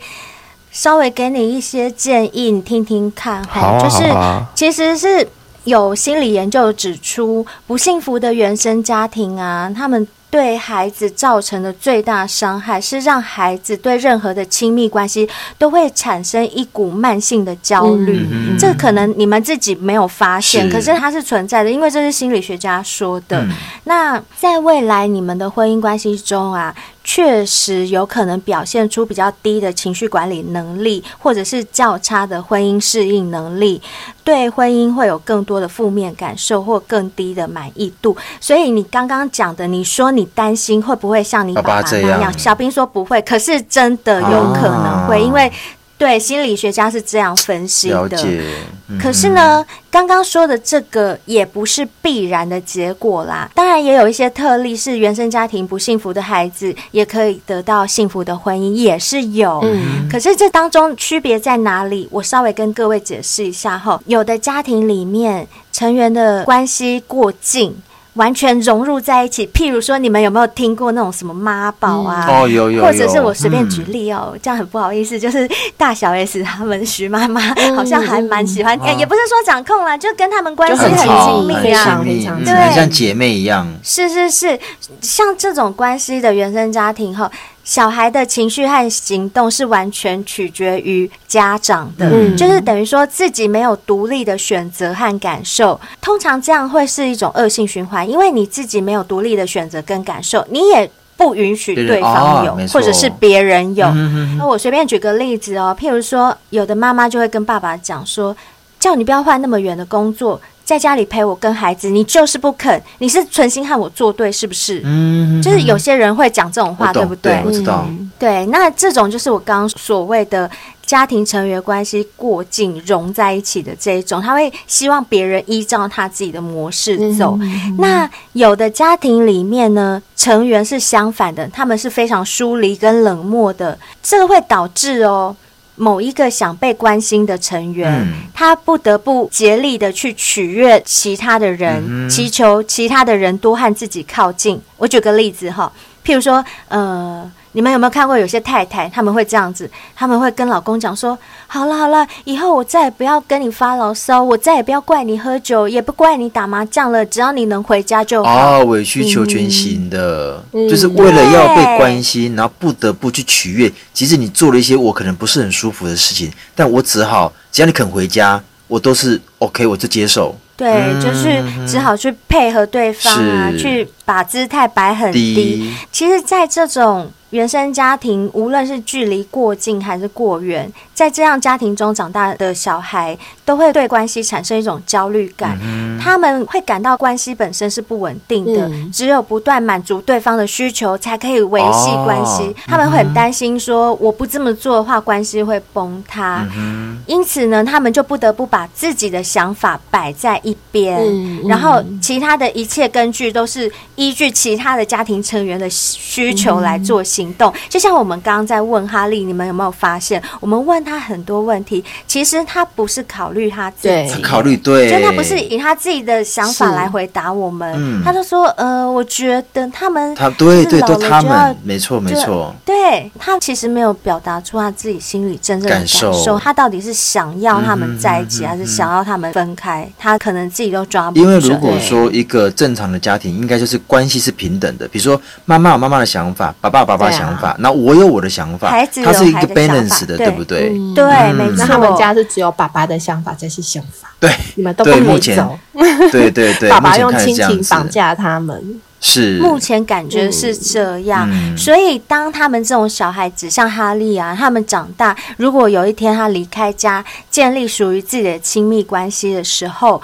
S2: 稍微给你一些建议，你听听看哈。
S5: 好啊，
S2: 哎就
S5: 好
S2: 是
S5: 啊，
S2: 其实是有心理研究指出，不幸福的原生家庭啊，他们对孩子造成的最大伤害是让孩子对任何的亲密关系都会产生一股慢性的焦虑。
S4: 嗯
S2: 这可能你们自己没有发现，
S4: 是
S2: 可是它是存在的，因为这是心理学家说的。
S4: 嗯
S2: 那在未来你们的婚姻关系中啊，确实有可能表现出比较低的情绪管理能力，或者是较差的婚姻适应能力，对婚姻会有更多的负面感受或更低的满意度。所以你刚刚讲的，你说你担心会不会像你
S4: 爸
S2: 爸
S4: 爸
S2: 爸
S4: 这
S2: 那
S4: 样
S2: 小兵说不会，可是真的有可能会，
S4: 啊
S2: 因为。对，心理学家是这样分析
S4: 了
S2: 的。
S4: 解。嗯
S2: 可是呢，刚刚说的这个也不是必然的结果啦。当然，也有一些特例是原生家庭不幸福的孩子也可以得到幸福的婚姻，也是有。
S3: 嗯
S2: 可是这当中区别在哪里？我稍微跟各位解释一下哈。有的家庭里面成员的关系过近。完全融入在一起，譬如说，你们有没有听过那种什么妈宝啊？
S4: 哦，有有有，
S2: 或者是我随便举
S4: 嗯
S2: 例哦，这样很不好意思，就是大小 S 他们徐妈妈好像还蛮喜欢，哎
S4: 嗯嗯
S2: 也不是说掌控啦，就跟他们关系
S3: 就很
S2: 亲
S3: 亲密
S2: 密
S3: 非
S2: 啊
S3: 常。
S4: 很亲
S3: 非常
S4: 密嗯
S2: 对
S4: 很像姐妹一样。
S2: 是是是，像这种关系的原生家庭后，小孩的情绪和行动是完全取决于家长的，
S3: 嗯
S2: 就是等于说自己没有独立的选择和感受。通常这样会是一种恶性循环，因为你自己没有独立的选择跟感受，你也不允许
S4: 别人
S2: 对方
S4: 哦
S2: 有，
S4: 没错
S2: 或者是别人有。
S4: 嗯嗯
S2: 那我随便举个例子哦，譬如说，有的妈妈就会跟爸爸讲说，叫你不要换那么远的工作，在家里陪我跟孩子，你就是不肯，你是存心和我作对，是不是？
S4: 嗯，
S2: 就是有些人会讲这种
S4: 我
S2: 话，对
S4: 懂
S2: 不对？
S4: 我知道。
S2: 对，那这种就是我刚刚所谓的家庭成员关系过近融在一起的这一种，他会希望别人依照他自己的模
S3: 嗯
S2: 式嗯走。
S4: 嗯
S2: 那有的家庭里面呢，成员是相反的，他们是非常疏离跟冷漠的，这个会导致哦。某一个想被关心的成员，
S4: 嗯
S2: 他不得不竭力的去取悦其他的人，
S4: 嗯哼
S2: 祈求其他的人多和自己靠近。我举个例子哈，譬如说，呃，你们有没有看过有些太太，他们会这样子，他们会跟老公讲说：“好了好了，以后我再也不要跟你发牢骚，我再也不要怪你喝酒，也不怪你打麻将了，只要你能回家就好。
S4: 哦，委曲求全型的，
S3: 嗯
S4: 就是为了要被
S2: 对
S4: 关心，然后不得不去取悦。即使你做了一些我可能不是很舒服的事情，但我只好，只要你肯回家，我都是 OK，我就接受。
S2: 对，就是
S4: 嗯
S2: 只好去配合对方啊，
S4: 是
S2: 去把姿态摆很
S4: 第
S2: 低
S4: 一，
S2: 其实，在这种原生家庭，无论是距离过近还是过远，在这样家庭中长大的小孩，都会对关系产生一种焦虑感。
S4: 嗯
S2: 他们会感到关系本身是不稳定的，
S3: 嗯
S2: 只有不断满足对方的需求，才可以维系关系。
S4: 哦
S2: 他们会很担心说，我不这么做的话，关系会崩塌。
S4: 嗯
S2: 因此呢，他们就不得不把自己的想法摆在一边，
S3: 嗯嗯
S2: 然后其他的一切根据都是依据其他的家庭成员的需求来做行动。就像我们刚刚在问哈利，你们有没有发现，我们问他很多问题，其实他不是考虑他自
S3: 对
S2: 己
S4: 哼，。考虑对，
S2: 就他不是以他自己的想法
S3: 是
S2: 来回答我们，
S4: 嗯
S2: 他就说：“呃，我觉得他们
S4: 他对
S2: 就是
S4: 对
S2: 老
S4: 都
S2: 了
S4: 他
S2: 就要
S4: 们，没错没
S2: 就
S4: 错，
S2: 对他其实没有表达出他自己心里真正的
S4: 感
S2: 感受，
S4: 受
S2: 他到底是想要他们在一起，
S4: 嗯哼
S2: 还是
S4: 嗯哼
S2: 想要他们分开？他可能自己都抓不
S4: 因
S2: 准。
S4: 为如果说一个正常的家庭，应该就是关系是平等的，比如说妈妈有妈妈的想法，爸爸有爸爸的
S3: 对啊
S4: 想法，那、我有我的想法，
S2: 孩子有
S4: 它是一
S2: 孩
S4: 个
S2: 子的想
S4: balance
S2: 法
S4: 的，
S2: 对
S4: 对不对？
S2: 对，
S4: 嗯
S2: 没错，
S3: 那他们家是只有爸爸的想法才是想法，
S4: 对
S3: 你们都不
S4: 对
S3: 可
S4: 目
S3: 以
S4: 前
S3: 走。
S4: 对对对，
S3: *laughs* 爸
S4: 目
S3: 爸
S4: 前
S3: 用
S4: 看是
S3: 亲
S4: 这样
S3: 情
S4: 子
S3: 绑架他们。
S4: 是
S2: 目前感觉是这样，
S4: 嗯
S2: 所以当他们这种小孩子，像哈利啊，他们长大，如果有一天他离开家，建立属于自己的亲密关系的时候。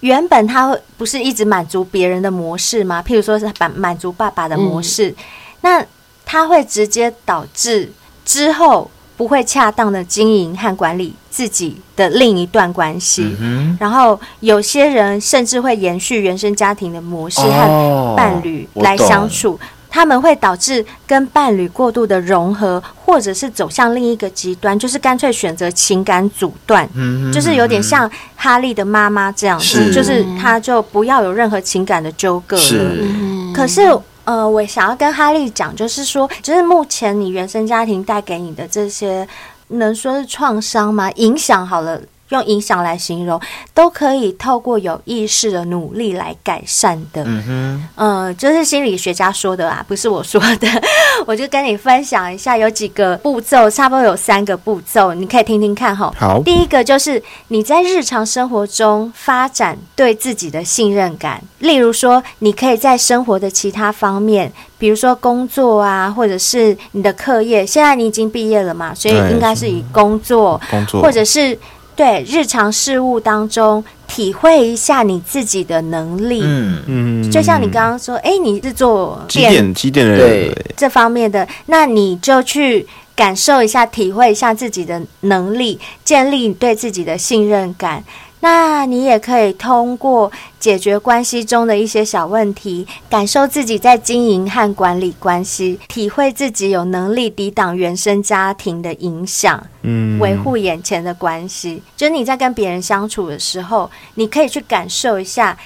S2: 原本他会不是一直满足别人的模式吗？譬如说是满满足爸爸的模式，
S4: 嗯
S2: 那他会直接导致之后不会恰当的经营和管理自己的另一段关系。
S4: 嗯
S2: 然后有些人甚至会延续原生家庭的模式
S4: 哦
S2: 和伴侣
S4: 我
S2: 来
S4: 懂
S2: 相处，他们会导致跟伴侣过度的融合，或者是走向另一个极端，就是干脆选择情感阻断。
S4: 嗯
S2: 就是有点像哈利的妈妈这样子，
S4: 是
S2: 就是他就不要有任何情感的纠葛了。
S4: 是
S3: 嗯
S2: 可是。呃，我想要跟哈利讲，就是说，就是目前你原生家庭带给你的这些，能说是创伤吗？影响好了，用影响来形容，都可以透过有意识的努力来改善的。
S4: 嗯哼，
S2: 呃，就是心理学家说的啊，不是我说的。 *laughs* 我就跟你分享一下，有几个步骤，差不多有三个步骤，你可以听听看哈。
S5: 好
S2: 第一个就是你在日常生活中发展对自己的信任感，例如说，你可以在生活的其他方面，比如说工作啊，或者是你的课业。现在你已经毕业了嘛，所以
S5: 对
S2: 应该是以工作
S5: 工作
S2: 或者是对日常事务当中体会一下你自己的能力。
S4: 嗯，
S5: 嗯
S2: 就像你刚刚说，哎、你是做
S5: 几点几点的
S4: 对
S5: 人，
S2: 这方面的，那你就去。感受一下、体会一下自己的能力，建立对自己的信任感。那你也可以通过解决关系中的一些小问题，感受自己在经营和管理关系，体会自己有能力抵挡原生家庭的影响，
S5: 嗯
S2: 维护眼前的关系。就是你在跟别人相处的时候，你可以去感受一下，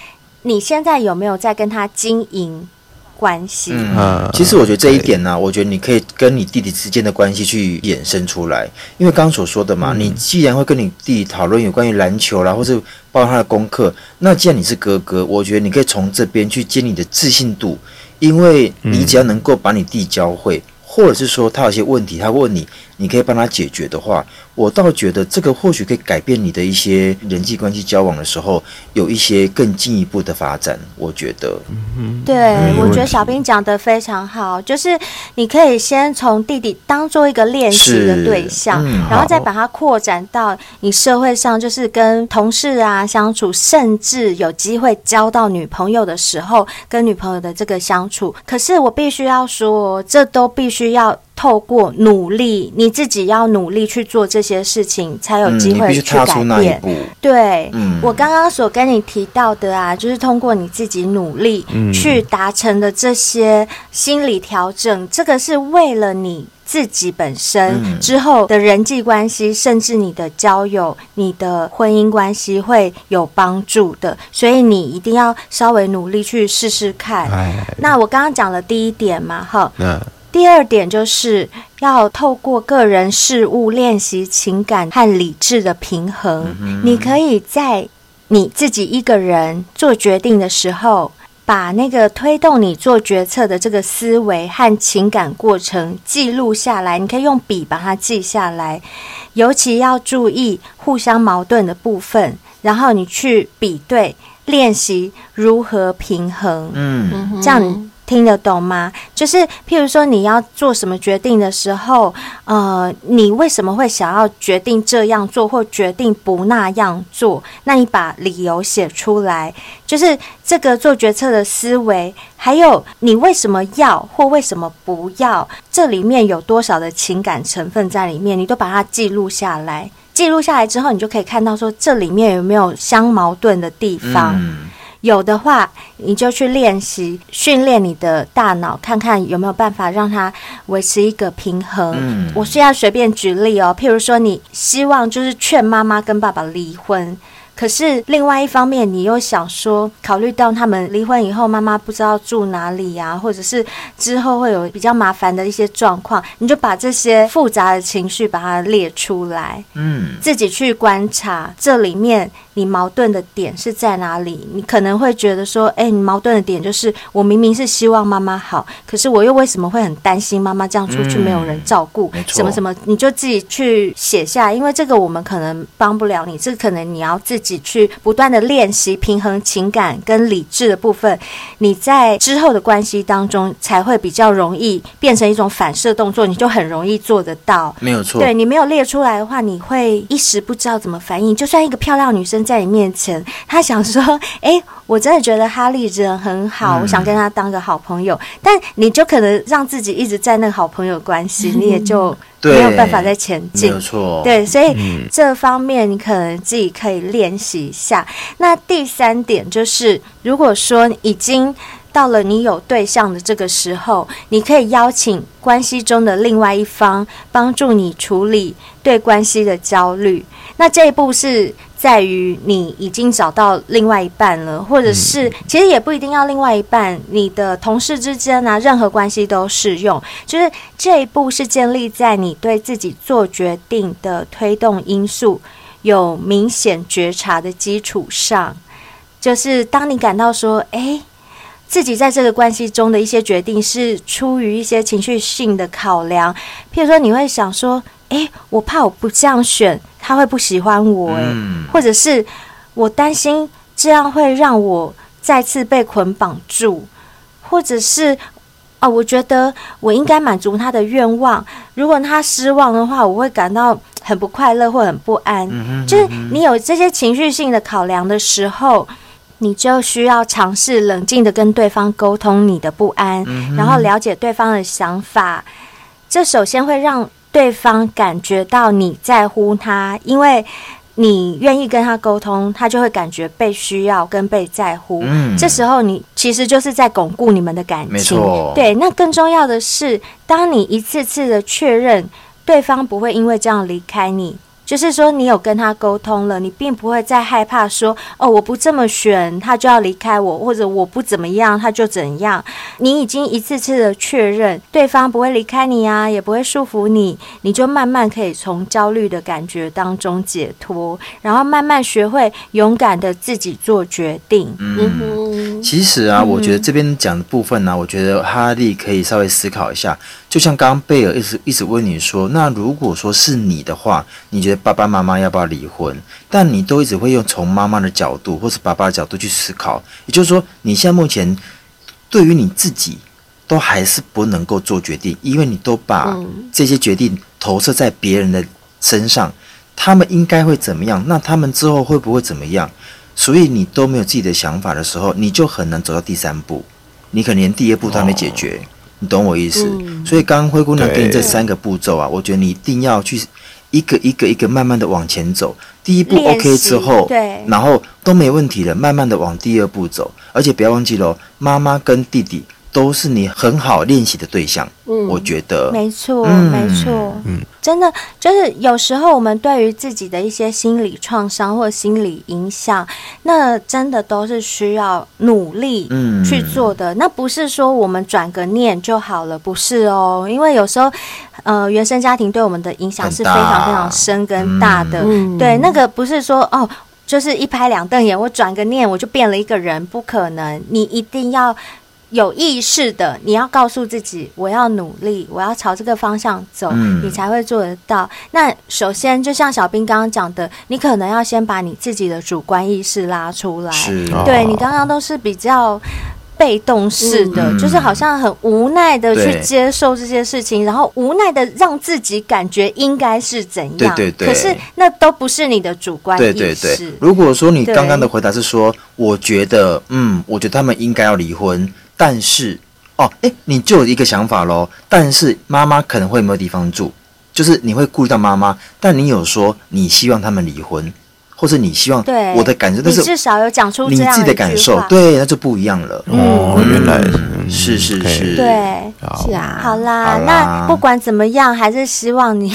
S2: 你现在有没有在跟他经营关系？
S5: 嗯
S4: 其实我觉得这一点呢、我觉得你可以跟你弟弟之间的关系去衍生出来，因为刚刚所说的嘛，你既然会跟你弟弟讨论有关于篮球啦，或是包括他的功课，那既然你是哥哥，我觉得你可以从这边去建立你的自信度，因为你只要能够把你弟教会，或者是说他有些问题他问你，你可以帮他解决的话，我倒觉得这个或许可以改变你的一些人际关系交往的时候有一些更进一步的发展，我觉得，嗯
S2: 对，我
S5: 问
S2: 觉得
S5: 题
S2: 小兵讲的非常好，就是你可以先从弟弟当做一个练习的
S4: 是
S2: 对象，
S4: 嗯
S2: 然后再把它扩展到你社会上，就是跟同事啊相处，甚至有机会交到女朋友的时候，跟女朋友的这个相处。可是我必须要说，这都必须要。透过努力，你自己要努力去做这些事情，才有
S4: 嗯，
S2: 机
S4: 你
S2: 会
S4: 必须
S2: 去
S4: 踏
S2: 改
S4: 出
S2: 变。
S4: 那一步。
S2: 对，
S4: 嗯
S2: 我刚刚所跟你提到的啊，就是通过你自己努力
S4: 嗯
S2: 去达成的这些心理调整，这个是为了你。自己本身
S4: 嗯
S2: 之后的人际关系，甚至你的交友、你的婚姻关系会有帮助的，所以你一定要稍微努力去试试看。
S5: 哎，
S2: 那我刚刚讲了第一点嘛，哈，
S5: 那
S2: 第二点就是要透过个人事物练习情感和理智的平衡。你可以在你自己一个人做决定的时候，把那个推动你做决策的这个思维和情感过程记录下来，你可以用笔把它记下来，尤其要注意互相矛盾的部分，然后你去比对练习如何平衡。
S4: 嗯
S2: 这样你听得懂吗？就是譬如说你要做什么决定的时候，呃，你为什么会想要决定这样做或决定不那样做？那你把理由写出来，就是这个做决策的思维，还有你为什么要或为什么不要，这里面有多少的情感成分在里面，你都把它记录下来。记录下来之后，你就可以看到说这里面有没有相矛盾的地方。
S4: 嗯
S2: 有的话，你就去练习训练你的大脑，看看有没有办法让它维持一个平衡。
S4: 嗯
S2: 我是要随便举例哦，譬如说，你希望就是劝妈妈跟爸爸离婚。可是另外一方面，你又想说，考虑到他们离婚以后，妈妈不知道住哪里呀、或者是之后会有比较麻烦的一些状况，你就把这些复杂的情绪把它列出来。
S4: 嗯
S2: 自己去观察这里面你矛盾的点是在哪里。你可能会觉得说，哎、你矛盾的点就是我明明是希望妈妈好，可是我又为什么会很担心妈妈这样出去
S4: 嗯
S2: 没有人照顾、
S4: 没错
S2: 什么什么，你就自己去写下，因为这个我们可能帮不了你，这个可能你要自己去不断的练习平衡情感跟理智的部分，你在之后的关系当中才会比较容易变成一种反射动作，你就很容易做得到。
S4: 没有错。
S2: 对你没有列出来的话，你会一时不知道怎么反应。就算一个漂亮女生在你面前，她想说：“哎、我真的觉得哈利人很好，
S4: 嗯
S2: 我想跟他当个好朋友。”但你就可能让自己一直在那个好朋友关系，你也就
S4: 对
S2: 没有办法再前
S4: 没
S2: 进
S4: 有。错。，
S2: 对，所以这方面你可能自己可以练习一下。那第三点就是，如果说已经到了你有对象的这个时候，你可以邀请关系中的另外一方帮助你处理对关系的焦虑。那这一步是在于你已经找到另外一半了，或者是其实也不一定要另外一半，你的同事之间啊，任何关系都适用。就是这一步是建立在你对自己做决定的推动因素有明显觉察的基础上，就是当你感到说，诶，自己在这个关系中的一些决定是出于一些情绪性的考量，譬如说你会想说，诶，我怕我不这样选，他会不喜欢我、诶，
S4: 嗯
S2: 或者是我担心这样会让我再次被捆绑住，或者是啊，我觉得我应该满足他的愿望，如果他失望的话，我会感到很不快乐或很不安。就是你有这些情绪性的考量的时候。你就需要尝试冷静的跟对方沟通你的不安，然后了解对方的想法。这首先会让对方感觉到你在乎他，因为。你愿意跟他沟通，他就会感觉被需要跟被在乎。
S4: 嗯
S2: 这时候你其实就是在巩固你们的感
S4: 没
S2: 情
S4: 错。
S2: 对，那更重要的是，当你一次次的确认对方不会因为这样离开你，就是说你有跟他沟通了，你并不会再害怕说哦，我不这么选他就要离开我，或者我不怎么样他就怎样。你已经一次次的确认对方不会离开你啊，也不会束缚你，你就慢慢可以从焦虑的感觉当中解脱，然后慢慢学会勇敢的自己做决定。
S3: 嗯哼，
S4: 其实
S2: 嗯
S4: 啊，我觉得这边讲的部分呢、我觉得哈利可以稍微思考一下。就像刚刚贝尔一直一直问你说，那如果说是你的话，你觉得爸爸妈妈要不要离婚？但你都一直会用从妈妈的角度或是爸爸的角度去思考，也就是说，你现在目前对于你自己都还是不能够做决定，因为你都把
S2: 嗯
S4: 这些决定投射在别人的身上，他们应该会怎么样？那他们之后会不会怎么样？所以你都没有自己的想法的时候，你就很难走到第三步，你可能连第一步都还没解决，
S2: 哦
S4: 你懂我意思？
S2: 嗯
S4: 所以刚刚灰姑娘给你这
S5: 对
S4: 三个步骤啊，我觉得你一定要去一个一个一个慢慢的往前走。第一步
S2: 练习
S4: OK 之后，
S2: 对
S4: 然后都没问题了，慢慢的往第二步走。而且不要忘记了哦，妈妈跟弟弟都是你很好练习的对象，
S3: 嗯
S4: 我觉得。
S2: 没错，
S4: 嗯
S2: 没错，真的就是有时候我们对于自己的一些心理创伤或心理影响，那真的都是需要努力
S4: 嗯
S2: 去做的。那不是说我们转个念就好了，不是哦，因为有时候，呃，原生家庭对我们的影响是非常非常深跟大的。
S3: 嗯
S2: 对，那个不是说哦。就是一拍两瞪眼，我转个念我就变了一个人，不可能。你一定要有意识的，你要告诉自己，我要努力，我要朝这个方向走，
S4: 嗯
S2: 你才会做得到。那首先，就像小兵刚刚讲的，你可能要先把你自己的主观意识拉出来。
S4: 是，
S5: 哦
S2: 对你刚刚都是比较。被动式的，
S4: 嗯
S2: 就是好像很无奈的去
S4: 对
S2: 接受这些事情，然后无奈的让自己感觉应该是怎样。
S4: 对对对
S2: 可是那都不是你的主观意
S4: 对
S2: 识。
S4: 对对。如果说你
S2: 对
S4: 刚刚的回答是说，我觉得，嗯，我觉得他们应该要离婚，但是，哦，哎，你就有一个想法喽。但是妈妈可能会没有地方住，就是你会顾虑到妈妈，但你有说你希望他们离婚，或者你希望
S2: 对
S4: 我的感受，但
S2: 你
S4: 是
S2: 至少有讲出
S4: 你
S2: 这样
S4: 自己
S2: 一句
S4: 的感受，
S2: 话
S4: 对，那就不一样了。
S5: 哦，原来
S4: 嗯是是是
S2: 对，
S5: 好
S3: 是，啊，
S2: 好啦，
S4: 好啦
S2: 那不管怎么样，还是希望你。 *laughs*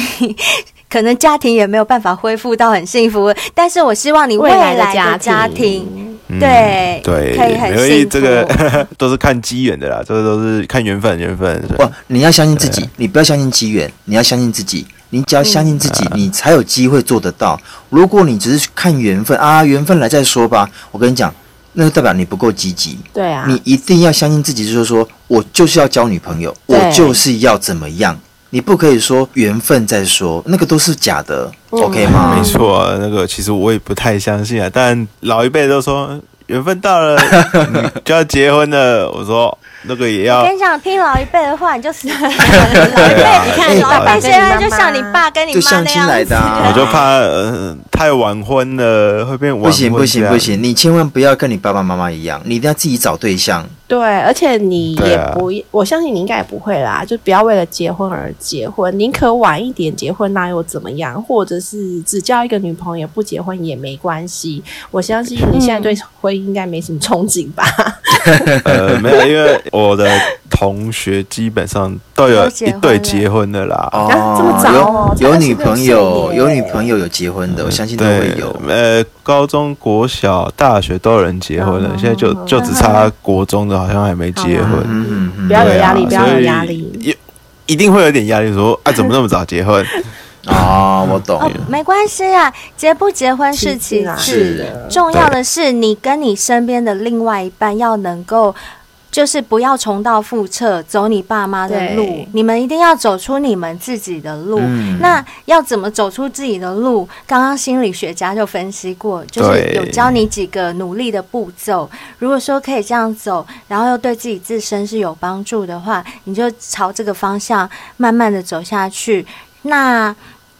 S2: 可能家庭也没有办法恢复到很幸福，但是我希望你未
S3: 未
S2: 来
S3: 来的
S2: 的家
S3: 家庭
S5: 嗯
S2: 对
S5: 对，
S2: 可以很
S5: 因为
S2: 幸福。*laughs*
S5: 这个 *laughs* 都是看机缘的啦，这个都是看缘分，缘分。对
S4: 不，你要相信自己，你不要相信机缘，你要相信自己。你只要相信自己，
S3: 嗯
S4: 你才有机会做得到。如果你只是看缘分啊，缘分来再说吧，我跟你讲，那就代表你不够积极。
S3: 对啊，
S4: 你一定要相信自己，就是说我就是要交女朋友，
S3: 对
S4: 我就是要怎么样。你不可以说缘分再说，那个都是假的、o
S3: 嗯
S4: k
S2: 嗯
S4: 吗？
S5: 没错啊，那个其实我也不太相信啊，但老一辈都说缘分
S2: *laughs*
S5: 到了你就要结婚了，我说那个也
S2: 我
S5: 要
S2: 跟。你讲，听老一辈的话，你就死定了老一辈，你
S3: 哎
S2: 看老一
S3: 爸
S2: 辈
S3: 爸
S2: 现在
S3: 跟
S2: 就
S3: 你妈妈
S2: 像你爸跟你
S4: 就
S2: 妈
S4: 相
S2: 那
S4: 亲
S2: 样
S4: 来
S2: 子
S4: 的啊
S5: 我就怕呃太晚婚了会变晚
S4: 不
S5: 婚
S4: 行不行
S5: 这样
S4: 不，行，你千万不要跟你爸爸妈妈一样，你一定要自己找对象。
S3: 对，而且你
S5: 对
S3: 也
S5: 啊
S3: 不，我相信你应该也不会啦，就不要为了结婚而结婚，宁可晚一点结婚，那又怎么样？或者是只交一个女朋友不结婚也没关系。我相信你现在对婚姻应该没什么憧憬吧？
S5: *laughs* 呃，没有，因为我的同学基本上都有
S2: 都结
S5: 一
S2: 婚
S5: 对
S2: 了
S5: 结婚的啦。
S4: 哦，
S3: 啊这么早哦
S4: 有有
S3: 才26
S4: 女朋友，
S3: 岁耶
S4: 有女朋友有结婚的，我相信都会
S5: 对，
S4: 有。
S5: 呃，高中、国小、大学都有人结婚
S2: 哦
S5: 了，
S3: 嗯
S5: 现在
S2: 啊
S5: 就就只差国中的，好像还没结婚。
S4: 嗯嗯嗯，
S3: 不要有压力，不
S5: 对
S3: 要
S5: 啊
S3: 有压力。
S5: 所以一一定会有点压力，说啊，怎么那么早结婚？
S4: 哦，我懂
S2: 哦，没关系啊，结不结婚是
S3: 其
S2: 其
S3: 次啊
S2: 次，
S4: 的，
S2: 重要的是，你跟你身边的另外一半要能够，就是不要重蹈覆辙，走你爸妈的路
S3: 对。
S2: 你们一定要走出你们自己的路。
S4: 嗯
S2: 那要怎么走出自己的路？刚刚心理学家就分析过，就是
S5: 对
S2: 有教你几个努力的步骤。如果说可以这样走，然后又对自己自身是有帮助的话，你就朝这个方向慢慢的走下去。那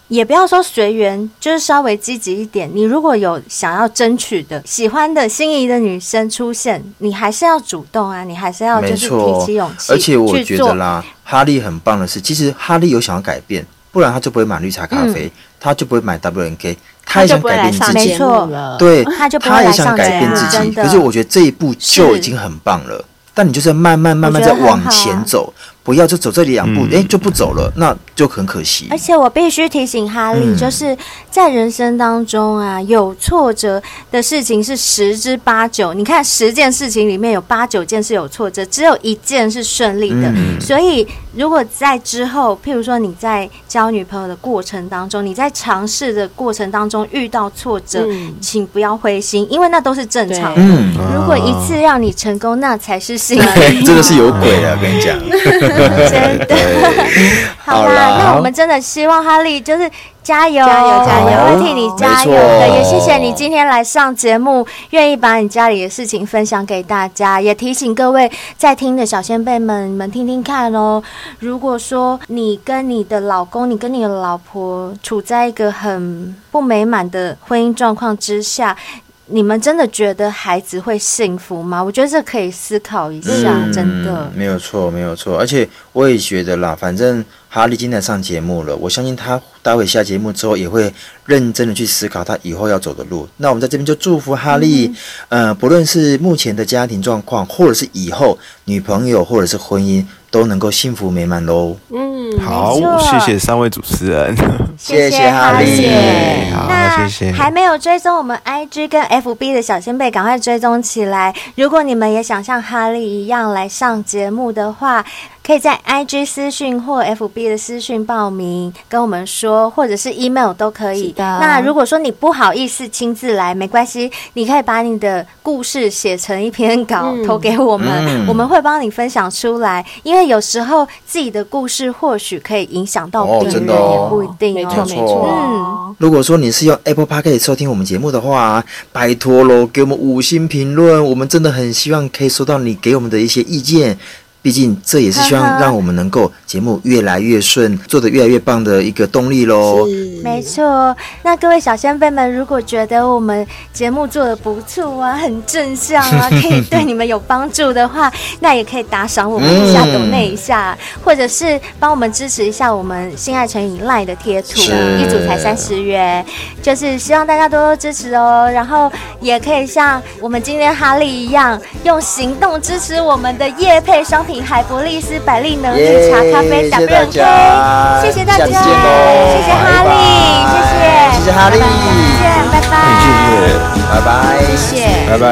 S2: 也不要说随缘，就是稍微积极一点。你如果有想要争取的、喜欢的、心仪的女生出现，你还是要主动啊，你还是要就
S4: 没
S2: 是提
S4: 错
S2: 起勇气，
S4: 而且我觉
S2: 去做
S4: 得啦，哈利很棒的是，其实哈利有想要改变，不然他就不会买绿茶咖啡，
S2: 嗯
S4: 他就不会买 WNK，他
S3: 他
S4: 也
S3: 就
S4: 想
S3: 不会
S4: 改
S3: 来
S4: 变自
S3: 上
S2: 没
S4: 己
S3: 节，目
S2: 错
S3: 了。
S4: 对，
S2: 嗯他就不会
S4: 也
S2: 来
S4: 想
S2: 上
S4: 改
S2: 节
S4: 变
S2: 目
S4: 自己。
S2: 真的
S4: 可是我觉得这一步就是已经很棒了。但你就是慢慢慢慢
S2: 我觉
S4: 再
S2: 得
S4: 往
S2: 很好
S4: 前走，不要就走这里两步，
S5: 嗯
S4: 哎、就不走了，那就很可惜。
S2: 而且我必须提醒哈利，
S4: 嗯
S2: 就是在人生当中啊，有挫折的事情是十之八九。你看十件事情里面有八九件是有挫折，只有一件是顺利的。
S4: 嗯
S2: 所以如果在之后，譬如说你在交女朋友的过程当中，你在尝试的过程当中遇到挫折，
S3: 嗯
S2: 请不要灰心，因为那都是正常的。
S4: 嗯，
S2: 如果一次让你成功，那才是幸运。
S4: *laughs* 对，真的是有鬼了，我跟你讲。
S2: *laughs* 真
S4: *laughs*
S2: 的。好
S4: 好啦
S2: 啦，那我们真的希望哈利就是加油，
S3: 加油加油
S2: 我们会替你加油的。
S4: 没错
S2: 也谢谢你今天来上节目，愿意把你家里的事情分享给大家，也提醒各位在听的小先辈们，你们听听看哦。如果说你跟你的老公，你跟你的老婆处在一个很不美满的婚姻状况之下。你们真的觉得孩子会幸福吗？我觉得这可以思考一下，真的
S4: 嗯。没有错，没有错。而且我也觉得啦，反正哈利今天来上节目了，我相信他待会下节目之后也会认真的去思考他以后要走的路。那我们在这边就祝福哈利，呃，不论是目前的家庭状况，或者是以后女朋友或者是婚姻，都能够幸福美满喽。
S3: 嗯，
S2: *laughs*
S5: 好
S2: 没，错
S5: 谢谢三位主持人。
S4: 谢谢哈利
S2: 谢谢
S5: *laughs* 好，
S2: 那
S5: 谢谢。
S2: 还没有追踪我们 IG 跟 FB 的小先辈，赶快追踪起来。如果你们也想像哈利一样来上节目的话，可以在 IG 私讯或 FB 的私讯报名，跟我们说，或者是 email 都可以
S3: 是。的
S2: 那如果说你不好意思亲自来，没关系，你可以把你的故事写成一篇稿、
S3: 嗯
S2: 投给我们，
S4: 嗯
S2: 我们会帮你分享出来。因为有时候自己的故事或许可以影响到
S4: 哦
S2: 别人，
S4: 真的哦
S2: 也不一定
S3: 没
S2: 哦。
S3: 错
S4: 没
S3: 没
S4: 错
S3: 错，
S2: 嗯
S4: 如果说你是用 Apple p a r k 收听我们节目的话，拜托喽，给我们五星评论，我们真的很希望可以收到你给我们的一些意见。毕竟这也是希
S2: 呵呵
S4: 望让我们能够节目越来越顺，做得越来越棒的一个动力
S3: 嗯
S4: 喽。
S3: 是
S2: 没错，那各位小先辈们，如果觉得我们节目做的不错啊，很正向
S4: *laughs*
S2: 啊，可以对你们有帮助的话， *laughs* 那也可以打赏我们一下，
S4: 嗯
S2: 抖内一下，或者是帮我们支持一下我们性爱成瘾 Line 的贴图，
S4: 是
S2: 一组才三十元，就是希望大家多多支持哦。然后也可以像我们今天哈利一样，用行动支持我们的夜配商品海博丽斯百利能绿茶咖啡
S4: 耶谢谢大
S2: WK。
S4: 家，
S2: 谢谢大家，
S4: 下次见喽，
S2: 谢谢哈
S4: 拜
S2: 利，谢谢，
S4: 拜谢谢哈利，
S2: 再见，拜拜，
S4: 拜
S5: 谢
S4: 拜，
S2: 谢谢。
S5: 谢，拜拜。